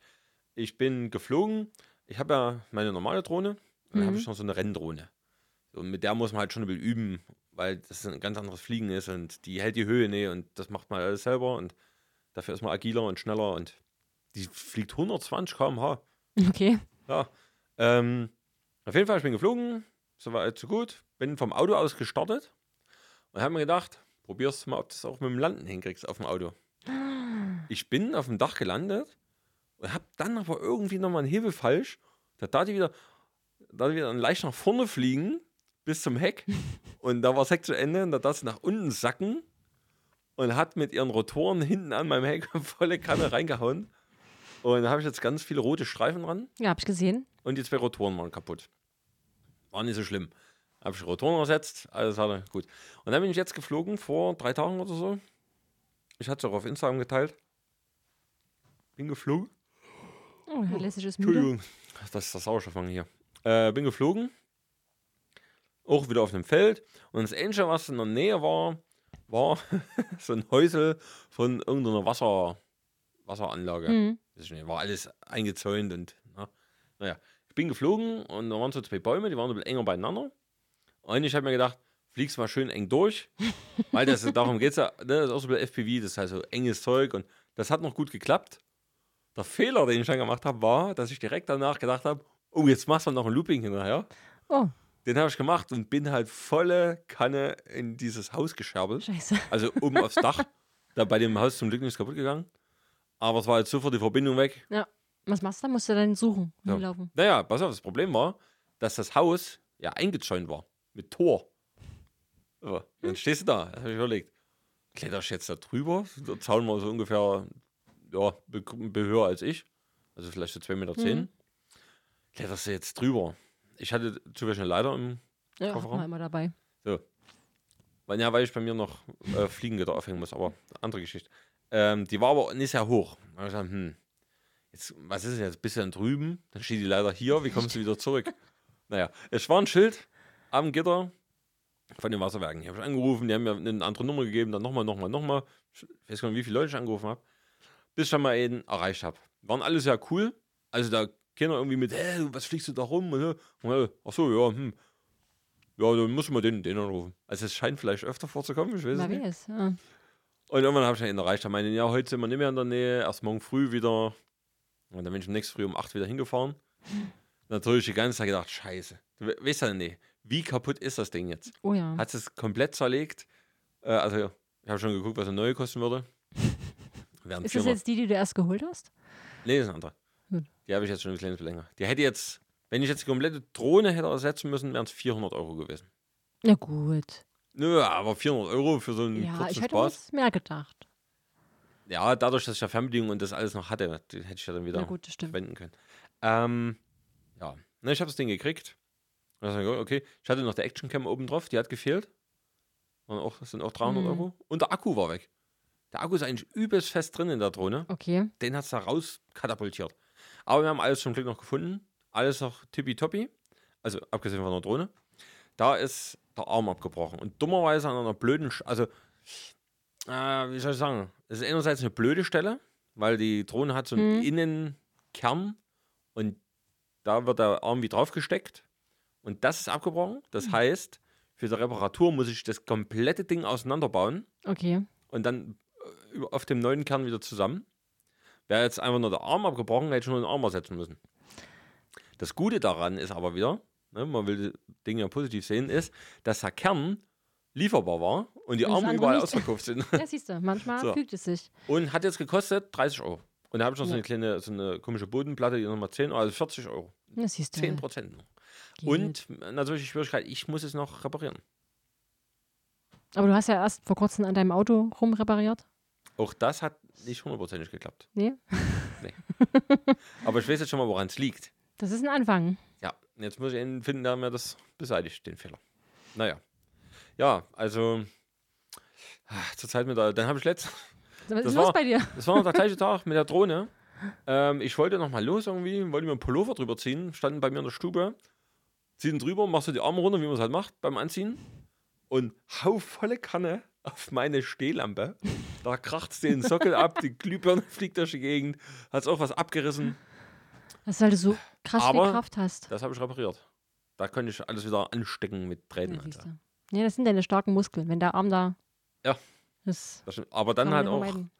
[SPEAKER 1] Ich bin geflogen. Ich habe ja meine normale Drohne und dann habe
[SPEAKER 2] Mhm.
[SPEAKER 1] ich noch so eine Renndrohne. Und mit der muss man halt schon ein bisschen üben, weil das ein ganz anderes Fliegen ist und die hält die Höhe nicht und das macht man alles selber und dafür ist man agiler und schneller und die fliegt 120 km/h.
[SPEAKER 2] Okay.
[SPEAKER 1] Ja. Ähm, auf jeden Fall, ich bin geflogen, so war alles so gut. Bin vom Auto aus gestartet und habe mir gedacht, probier's mal, ob du es auch mit dem Landen hinkriegst auf dem Auto. Ich bin auf dem Dach gelandet und habe dann aber irgendwie nochmal einen Hebel falsch. Da tat ich wieder, da die wieder leicht nach vorne fliegen bis zum Heck und da war das Heck zu Ende und da tat sie nach unten sacken und hat mit ihren Rotoren hinten an meinem Heck [laughs] volle Kanne reingehauen. Und da habe ich jetzt ganz viele rote Streifen dran.
[SPEAKER 2] Ja, habe ich gesehen.
[SPEAKER 1] Und die zwei Rotoren waren kaputt. War nicht so schlimm. Habe ich Rotoren ersetzt, alles hat er gut. Und dann bin ich jetzt geflogen vor drei Tagen oder so. Ich hatte es auch auf Instagram geteilt. Bin geflogen.
[SPEAKER 2] Oh, Herr Lessig ist müde.
[SPEAKER 1] Entschuldigung, das ist der Sauerstoffmangel hier. Äh, bin geflogen. Auch wieder auf einem Feld. Und das Einzige, was in der Nähe war, war [laughs] so ein Häusel von irgendeiner Wasser, Wasseranlage.
[SPEAKER 2] Mhm.
[SPEAKER 1] Weiß ich nicht, war alles eingezäunt und na, naja. Ich bin geflogen und da waren so zwei Bäume, die waren ein bisschen enger beieinander. Und ich habe mir gedacht, fliegst mal schön eng durch, weil das, darum geht es ja, ne, das ist auch so ein bisschen FPV, das ist halt so enges Zeug und das hat noch gut geklappt. Der Fehler, den ich dann gemacht habe, war, dass ich direkt danach gedacht habe, oh, jetzt machst du noch ein Looping hinterher.
[SPEAKER 2] Oh,
[SPEAKER 1] Den habe ich gemacht und bin halt volle Kanne in dieses Haus gescherbelt.
[SPEAKER 2] scheiße.
[SPEAKER 1] Also oben aufs Dach. Da bei dem Haus zum Glück nichts kaputt gegangen. Aber es war jetzt sofort die Verbindung weg.
[SPEAKER 2] Ja. Was machst du? da? Musst du dann suchen,
[SPEAKER 1] Ja.
[SPEAKER 2] rumlaufen.
[SPEAKER 1] Naja, pass auf, das Problem war, dass das Haus ja eingezäunt war. Mit Tor. So, dann stehst du da, das habe ich überlegt. Kletterst jetzt da drüber? Der Zaun war so ungefähr, ja, be- ein bisschen höher als ich. Also vielleicht so 2,10 Meter. zehn. Kletterst du jetzt drüber? Ich hatte zu welchen Leiter im
[SPEAKER 2] Ja, hat
[SPEAKER 1] Kofferraum?
[SPEAKER 2] man immer dabei.
[SPEAKER 1] weil, ja, weil ich bei mir noch äh, Fliegengitter aufhängen muss, aber andere Geschichte. Ähm, die war aber nicht sehr hoch. Da hab ich gesagt, hm, jetzt, was ist denn jetzt? Bist du dann drüben? Dann steht die leider hier. Wie kommst du wieder zurück? naja, es war ein Schild am Gitter von den Wasserwerken. Die habe ich angerufen, die haben mir eine andere Nummer gegeben, dann nochmal, nochmal, nochmal. Ich weiß gar nicht, wie viele Leute ich angerufen habe, bis ich dann mal einen erreicht habe. Waren alle sehr cool. Also da Kinder irgendwie mit, hä, was fliegst du da rum? Und, so. und, äh, ach so, ja, hm. Ja, dann müssen wir den, den anrufen. Also es scheint vielleicht öfter vorzukommen, ich weiß es
[SPEAKER 2] Mal
[SPEAKER 1] nicht.
[SPEAKER 2] weiß. Ja.
[SPEAKER 1] Und irgendwann habe ich ihn erreicht. Er meinte, ja, heute sind wir nicht mehr in der Nähe, erst morgen früh wieder. Und dann bin ich am nächsten Früh um 8 wieder hingefahren. Natürlich die ganze Zeit gedacht, scheiße. Du we- weißt ja nicht, wie kaputt ist das Ding jetzt?
[SPEAKER 2] Oh ja.
[SPEAKER 1] Hat es komplett zerlegt. Äh, also ich habe schon geguckt, was eine neue kosten
[SPEAKER 2] [laughs]
[SPEAKER 1] würde. Wären
[SPEAKER 2] Ist das
[SPEAKER 1] viermal-
[SPEAKER 2] jetzt Hm. die, die du erst geholt hast?
[SPEAKER 1] Nee, das ist eine andere.
[SPEAKER 2] Gut.
[SPEAKER 1] Die habe ich jetzt schon ein kleines bisschen länger. Die hätte jetzt, wenn ich jetzt die komplette Drohne hätte ersetzen müssen, wären es 400 Euro gewesen.
[SPEAKER 2] Na gut.
[SPEAKER 1] Nö, aber 400 Euro für so einen
[SPEAKER 2] Ja,
[SPEAKER 1] kurzen
[SPEAKER 2] ich hätte
[SPEAKER 1] Spaß.
[SPEAKER 2] was mehr gedacht.
[SPEAKER 1] Ja, dadurch, dass ich ja Fernbedienung und das alles noch hatte, die hätte ich ja dann wieder
[SPEAKER 2] Na gut, das stimmt.
[SPEAKER 1] verwenden können. Ähm, ja, ne, ich habe das Ding gekriegt. Und dann hab ich gesagt, okay, ich hatte noch die Actioncam oben drauf, die hat gefehlt. Und auch, das sind auch 300
[SPEAKER 2] Mhm.
[SPEAKER 1] Euro. Und der Akku war weg. Der Akku ist eigentlich übelst fest drin in der Drohne.
[SPEAKER 2] Okay.
[SPEAKER 1] Den hat es da rauskatapultiert. Aber wir haben alles zum Glück noch gefunden. Alles noch tippitoppi. Also abgesehen von der Drohne. Da ist der Arm abgebrochen. Und dummerweise an einer blöden, Sch also äh, wie soll ich sagen, es ist einerseits eine blöde Stelle, weil die Drohne hat so einen Innenkern und da wird der Arm wie draufgesteckt und das ist abgebrochen. Das heißt, für die Reparatur muss ich das komplette Ding auseinanderbauen
[SPEAKER 2] Okay.
[SPEAKER 1] und dann äh, über- auf dem neuen Kern wieder zusammen. Wäre jetzt einfach nur der Arm abgebrochen, hätte ich nur den Arm ersetzen müssen. Das Gute daran ist aber wieder, ne, man will die Dinge ja positiv sehen, ist, dass der Kern lieferbar war und die
[SPEAKER 2] Und das
[SPEAKER 1] Arme
[SPEAKER 2] andere
[SPEAKER 1] überall
[SPEAKER 2] nicht.
[SPEAKER 1] ausverkauft sind. [laughs]
[SPEAKER 2] Ja, siehst du, manchmal
[SPEAKER 1] So.
[SPEAKER 2] fügt es sich.
[SPEAKER 1] Und hat jetzt gekostet 30 Euro. Und da habe ich noch so
[SPEAKER 2] Ja.
[SPEAKER 1] eine kleine, so eine komische Bodenplatte, die nochmal 10 Euro, also 40 Euro.
[SPEAKER 2] Ja, siehst du.
[SPEAKER 1] 10 Prozent.
[SPEAKER 2] Geht.
[SPEAKER 1] Und natürlich die Schwierigkeit, ich muss es noch reparieren.
[SPEAKER 2] Aber du hast ja erst vor kurzem an deinem Auto rumrepariert.
[SPEAKER 1] Auch das hat nicht hundertprozentig geklappt.
[SPEAKER 2] Nee? [laughs]
[SPEAKER 1] Aber ich weiß jetzt schon mal, woran es liegt.
[SPEAKER 2] Das ist ein Anfang.
[SPEAKER 1] Ja, jetzt muss ich einen finden, der mir das beseitigt, den Fehler. Naja. Ja, also ah, zurzeit mit der, dann habe ich letzt,
[SPEAKER 2] So, Was
[SPEAKER 1] Das
[SPEAKER 2] ist los
[SPEAKER 1] war-
[SPEAKER 2] bei dir?
[SPEAKER 1] das war noch der gleiche Tag mit der Drohne. Ähm, ich wollte nochmal los irgendwie, wollte mir einen Pullover drüber ziehen, standen bei mir in der Stube, ziehen drüber, machst du die Arme runter, wie man es halt macht beim Anziehen und hau volle Kanne auf meine Stehlampe Da kracht's den Sockel ab, die Glühbirne fliegt durch die Gegend, hat's auch was abgerissen.
[SPEAKER 2] Das ist, weil du halt so krass
[SPEAKER 1] Aber-
[SPEAKER 2] viel Kraft hast.
[SPEAKER 1] Das habe ich repariert. Da könnte ich alles wieder anstecken mit Drähten.
[SPEAKER 2] Ja, siehst
[SPEAKER 1] Alter.
[SPEAKER 2] du. ja, das sind deine starken Muskeln. Wenn der Arm da.
[SPEAKER 1] Ja.
[SPEAKER 2] Das
[SPEAKER 1] Das stimmt. Aber dann
[SPEAKER 2] kann man
[SPEAKER 1] halt
[SPEAKER 2] ja
[SPEAKER 1] auch
[SPEAKER 2] vermeiden.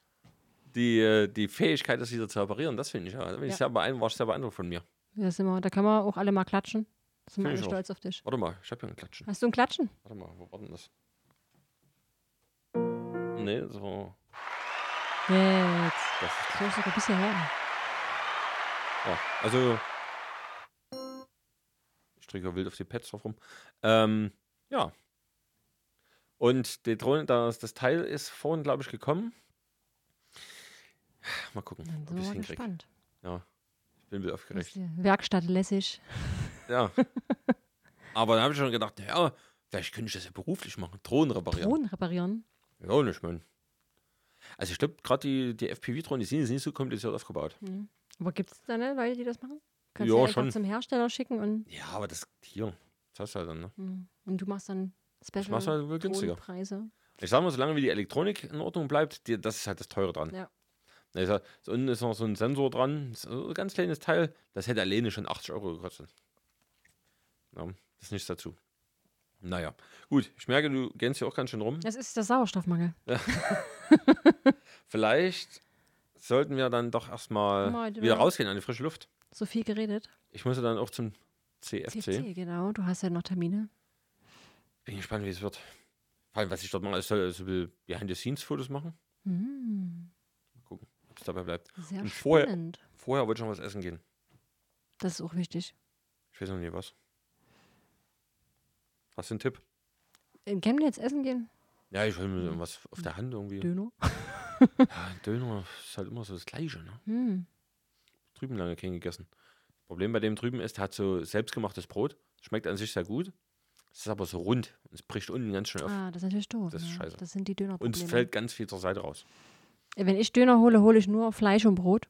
[SPEAKER 1] die, äh, die Fähigkeit, das wieder zu reparieren, das finde ich ja. Da bin ich
[SPEAKER 2] Ja.
[SPEAKER 1] sehr beeindruckt, war ich sehr beeindruckt von mir.
[SPEAKER 2] Ja, sind wir, da kann man auch alle mal klatschen. Da sind
[SPEAKER 1] Find
[SPEAKER 2] wir alle
[SPEAKER 1] ich auch.
[SPEAKER 2] stolz auf dich.
[SPEAKER 1] Warte mal, ich habe hier einen Klatschen.
[SPEAKER 2] Hast du ein Klatschen?
[SPEAKER 1] Warte mal, wo war denn das? Nee, das war.
[SPEAKER 2] Jetzt.
[SPEAKER 1] Das ist,
[SPEAKER 2] So ist sogar ein bisschen her.
[SPEAKER 1] ja. Also. Ich drücke wild auf die Pads drauf rum. Ähm, ja. Und die Drohne, das, das Teil ist vorhin, glaube ich, gekommen. Mal gucken,
[SPEAKER 2] Dann
[SPEAKER 1] ob
[SPEAKER 2] sind
[SPEAKER 1] ich
[SPEAKER 2] wir
[SPEAKER 1] es
[SPEAKER 2] mal
[SPEAKER 1] hinkriege.
[SPEAKER 2] gespannt.
[SPEAKER 1] Ich bin wild
[SPEAKER 2] Was
[SPEAKER 1] aufgeregt.
[SPEAKER 2] die Werkstatt lässig.
[SPEAKER 1] Ja. [laughs] Aber dann habe ich schon gedacht, ja, vielleicht könnte ich das ja beruflich machen. Drohnen reparieren.
[SPEAKER 2] Drohnen reparieren.
[SPEAKER 1] Ja, nicht, man. Also ich glaube, gerade die, die FPV-Drohnen, die sind jetzt nicht so kompliziert aufgebaut.
[SPEAKER 2] Aber gibt es da ne, Leute, die das machen? Kannst
[SPEAKER 1] Ja,
[SPEAKER 2] du einfach
[SPEAKER 1] schon.
[SPEAKER 2] zum Hersteller schicken und,
[SPEAKER 1] Ja, aber das hier, das hast du halt dann, ne?
[SPEAKER 2] mh, und du machst dann
[SPEAKER 1] Das machst du
[SPEAKER 2] Special
[SPEAKER 1] halt wohl günstiger.
[SPEAKER 2] Preise.
[SPEAKER 1] Ich sag mal, solange wie die Elektronik in Ordnung bleibt, die, das ist halt das Teure dran.
[SPEAKER 2] Ja.
[SPEAKER 1] Na, ich sag, so unten ist noch so ein Sensor dran, so ein ganz kleines Teil, das hätte alleine schon 80 Euro gekostet. Ja, das ist nichts dazu. Naja, gut, ich merke, du gähnst hier auch ganz schön rum.
[SPEAKER 2] Das ist der Sauerstoffmangel.
[SPEAKER 1] Vielleicht sollten wir dann doch erstmal
[SPEAKER 2] Mal
[SPEAKER 1] wieder
[SPEAKER 2] wieder-
[SPEAKER 1] rausgehen an die frische Luft.
[SPEAKER 2] So viel geredet.
[SPEAKER 1] Ich muss ja dann auch zum CFC.
[SPEAKER 2] CFC, genau. Du hast ja noch Termine.
[SPEAKER 1] Bin gespannt, wie es wird. Vor allem, was ich dort mache, ich soll so ein bisschen Behind-the-Scenes-Fotos machen,
[SPEAKER 2] Hm,
[SPEAKER 1] ob es dabei bleibt.
[SPEAKER 2] sehr
[SPEAKER 1] Und vorher-
[SPEAKER 2] spannend.
[SPEAKER 1] Vorher wollte ich noch was essen gehen.
[SPEAKER 2] Das ist auch wichtig.
[SPEAKER 1] Ich weiß noch nie was. Hast du einen Tipp?
[SPEAKER 2] In Chemnitz essen gehen?
[SPEAKER 1] Ja, ich will mir irgendwas auf der Hand irgendwie.
[SPEAKER 2] Döner.
[SPEAKER 1] Ja, Döner ist halt immer so das Gleiche, ne?
[SPEAKER 2] Hm.
[SPEAKER 1] Drüben lange keinen gegessen. Problem bei dem drüben ist, der hat so selbstgemachtes Brot. Schmeckt an sich sehr gut. Es ist aber so rund. und Es bricht unten ganz schnell auf.
[SPEAKER 2] Ah, das ist natürlich doof.
[SPEAKER 1] Das ist
[SPEAKER 2] ja.
[SPEAKER 1] scheiße.
[SPEAKER 2] Das sind die
[SPEAKER 1] Und
[SPEAKER 2] Dönerprobleme.
[SPEAKER 1] es fällt ganz viel zur Seite raus.
[SPEAKER 2] Äh, Wenn ich Döner hole, hole ich nur Fleisch und Brot.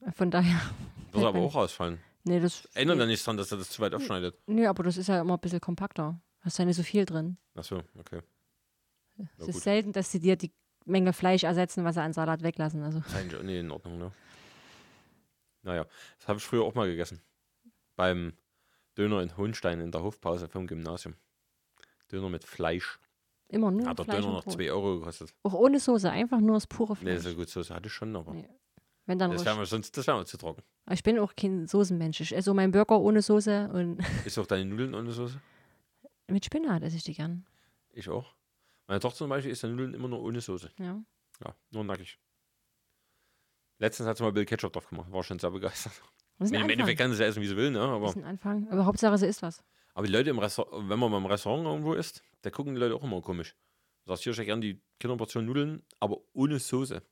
[SPEAKER 2] Äh, Von daher. [laughs]
[SPEAKER 1] Wird
[SPEAKER 2] Fällt
[SPEAKER 1] aber
[SPEAKER 2] mir-
[SPEAKER 1] auch rausfallen.
[SPEAKER 2] Nee, das.
[SPEAKER 1] Ändert ja nichts dran, dass er das zu weit aufschneidet.
[SPEAKER 2] Nee, aber das ist ja immer ein bisschen kompakter. Hast ja nicht so viel drin.
[SPEAKER 1] Achso, okay. Na
[SPEAKER 2] Es
[SPEAKER 1] gut.
[SPEAKER 2] ist selten, dass sie dir die Menge Fleisch ersetzen, was sie an Salat weglassen. Also
[SPEAKER 1] Ist eigentlich auch nicht in Ordnung, ne? Naja, das habe ich früher auch mal gegessen. Beim Döner in Hohenstein in der Hofpause vom Gymnasium. Döner mit Fleisch.
[SPEAKER 2] immer nur
[SPEAKER 1] Hat der
[SPEAKER 2] Fleisch
[SPEAKER 1] Döner
[SPEAKER 2] und
[SPEAKER 1] noch
[SPEAKER 2] Brot.
[SPEAKER 1] 2 Euro gekostet.
[SPEAKER 2] Auch ohne Soße, einfach nur das pure
[SPEAKER 1] Ne,
[SPEAKER 2] Fleisch.
[SPEAKER 1] so gut, Soße hatte ich schon, aber
[SPEAKER 2] Nee, Wenn dann
[SPEAKER 1] das wäre
[SPEAKER 2] ruhig.
[SPEAKER 1] mir sonst das wär mir zu trocken.
[SPEAKER 2] Aber Ich bin auch kein Soßenmensch. Ich esse so meinen Burger ohne Soße und [laughs]
[SPEAKER 1] Ist auch deine Nudeln ohne Soße?
[SPEAKER 2] mit Spinat esse ich die gern.
[SPEAKER 1] Ich auch. Meine Tochter zum Beispiel isst die Nudeln immer nur ohne Soße.
[SPEAKER 2] Ja.
[SPEAKER 1] Ja, nur nackig. Letztens hat sie mal Bill Ketchup drauf gemacht, war schon sehr begeistert.
[SPEAKER 2] Das ist
[SPEAKER 1] Nee,
[SPEAKER 2] ein
[SPEAKER 1] Im
[SPEAKER 2] Anfang.
[SPEAKER 1] Endeffekt kann sie es ja essen, wie sie will, ne?
[SPEAKER 2] Das
[SPEAKER 1] Aber,
[SPEAKER 2] ist ein Anfang. Aber Hauptsache, sie isst was.
[SPEAKER 1] aber die Leute im Restaurant, wenn man mal im Restaurant irgendwo isst, da gucken die Leute auch immer komisch. Du sagst, hier ich hätte gerne die Kinderportion Nudeln, aber ohne Soße.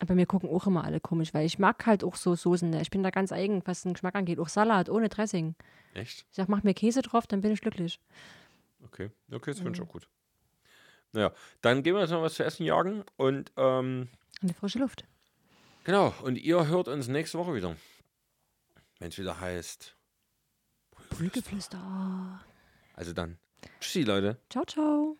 [SPEAKER 2] Aber mir gucken auch immer alle komisch, weil ich mag halt auch so Soßen. ne? Ich bin da ganz eigen, was den Geschmack angeht. Auch Salat ohne Dressing.
[SPEAKER 1] Echt?
[SPEAKER 2] Ich sag, mach mir Käse drauf, dann bin ich glücklich.
[SPEAKER 1] Okay. Okay, das
[SPEAKER 2] Mhm.
[SPEAKER 1] finde ich auch gut. Naja, dann gehen wir jetzt noch was zu essen jagen und ähm,
[SPEAKER 2] Und die frische Luft.
[SPEAKER 1] Genau, und ihr hört uns nächste Woche wieder. Wenn es wieder heißt.
[SPEAKER 2] Brügeflüster.
[SPEAKER 1] Also dann. Tschüssi, Leute.
[SPEAKER 2] Ciao, ciao.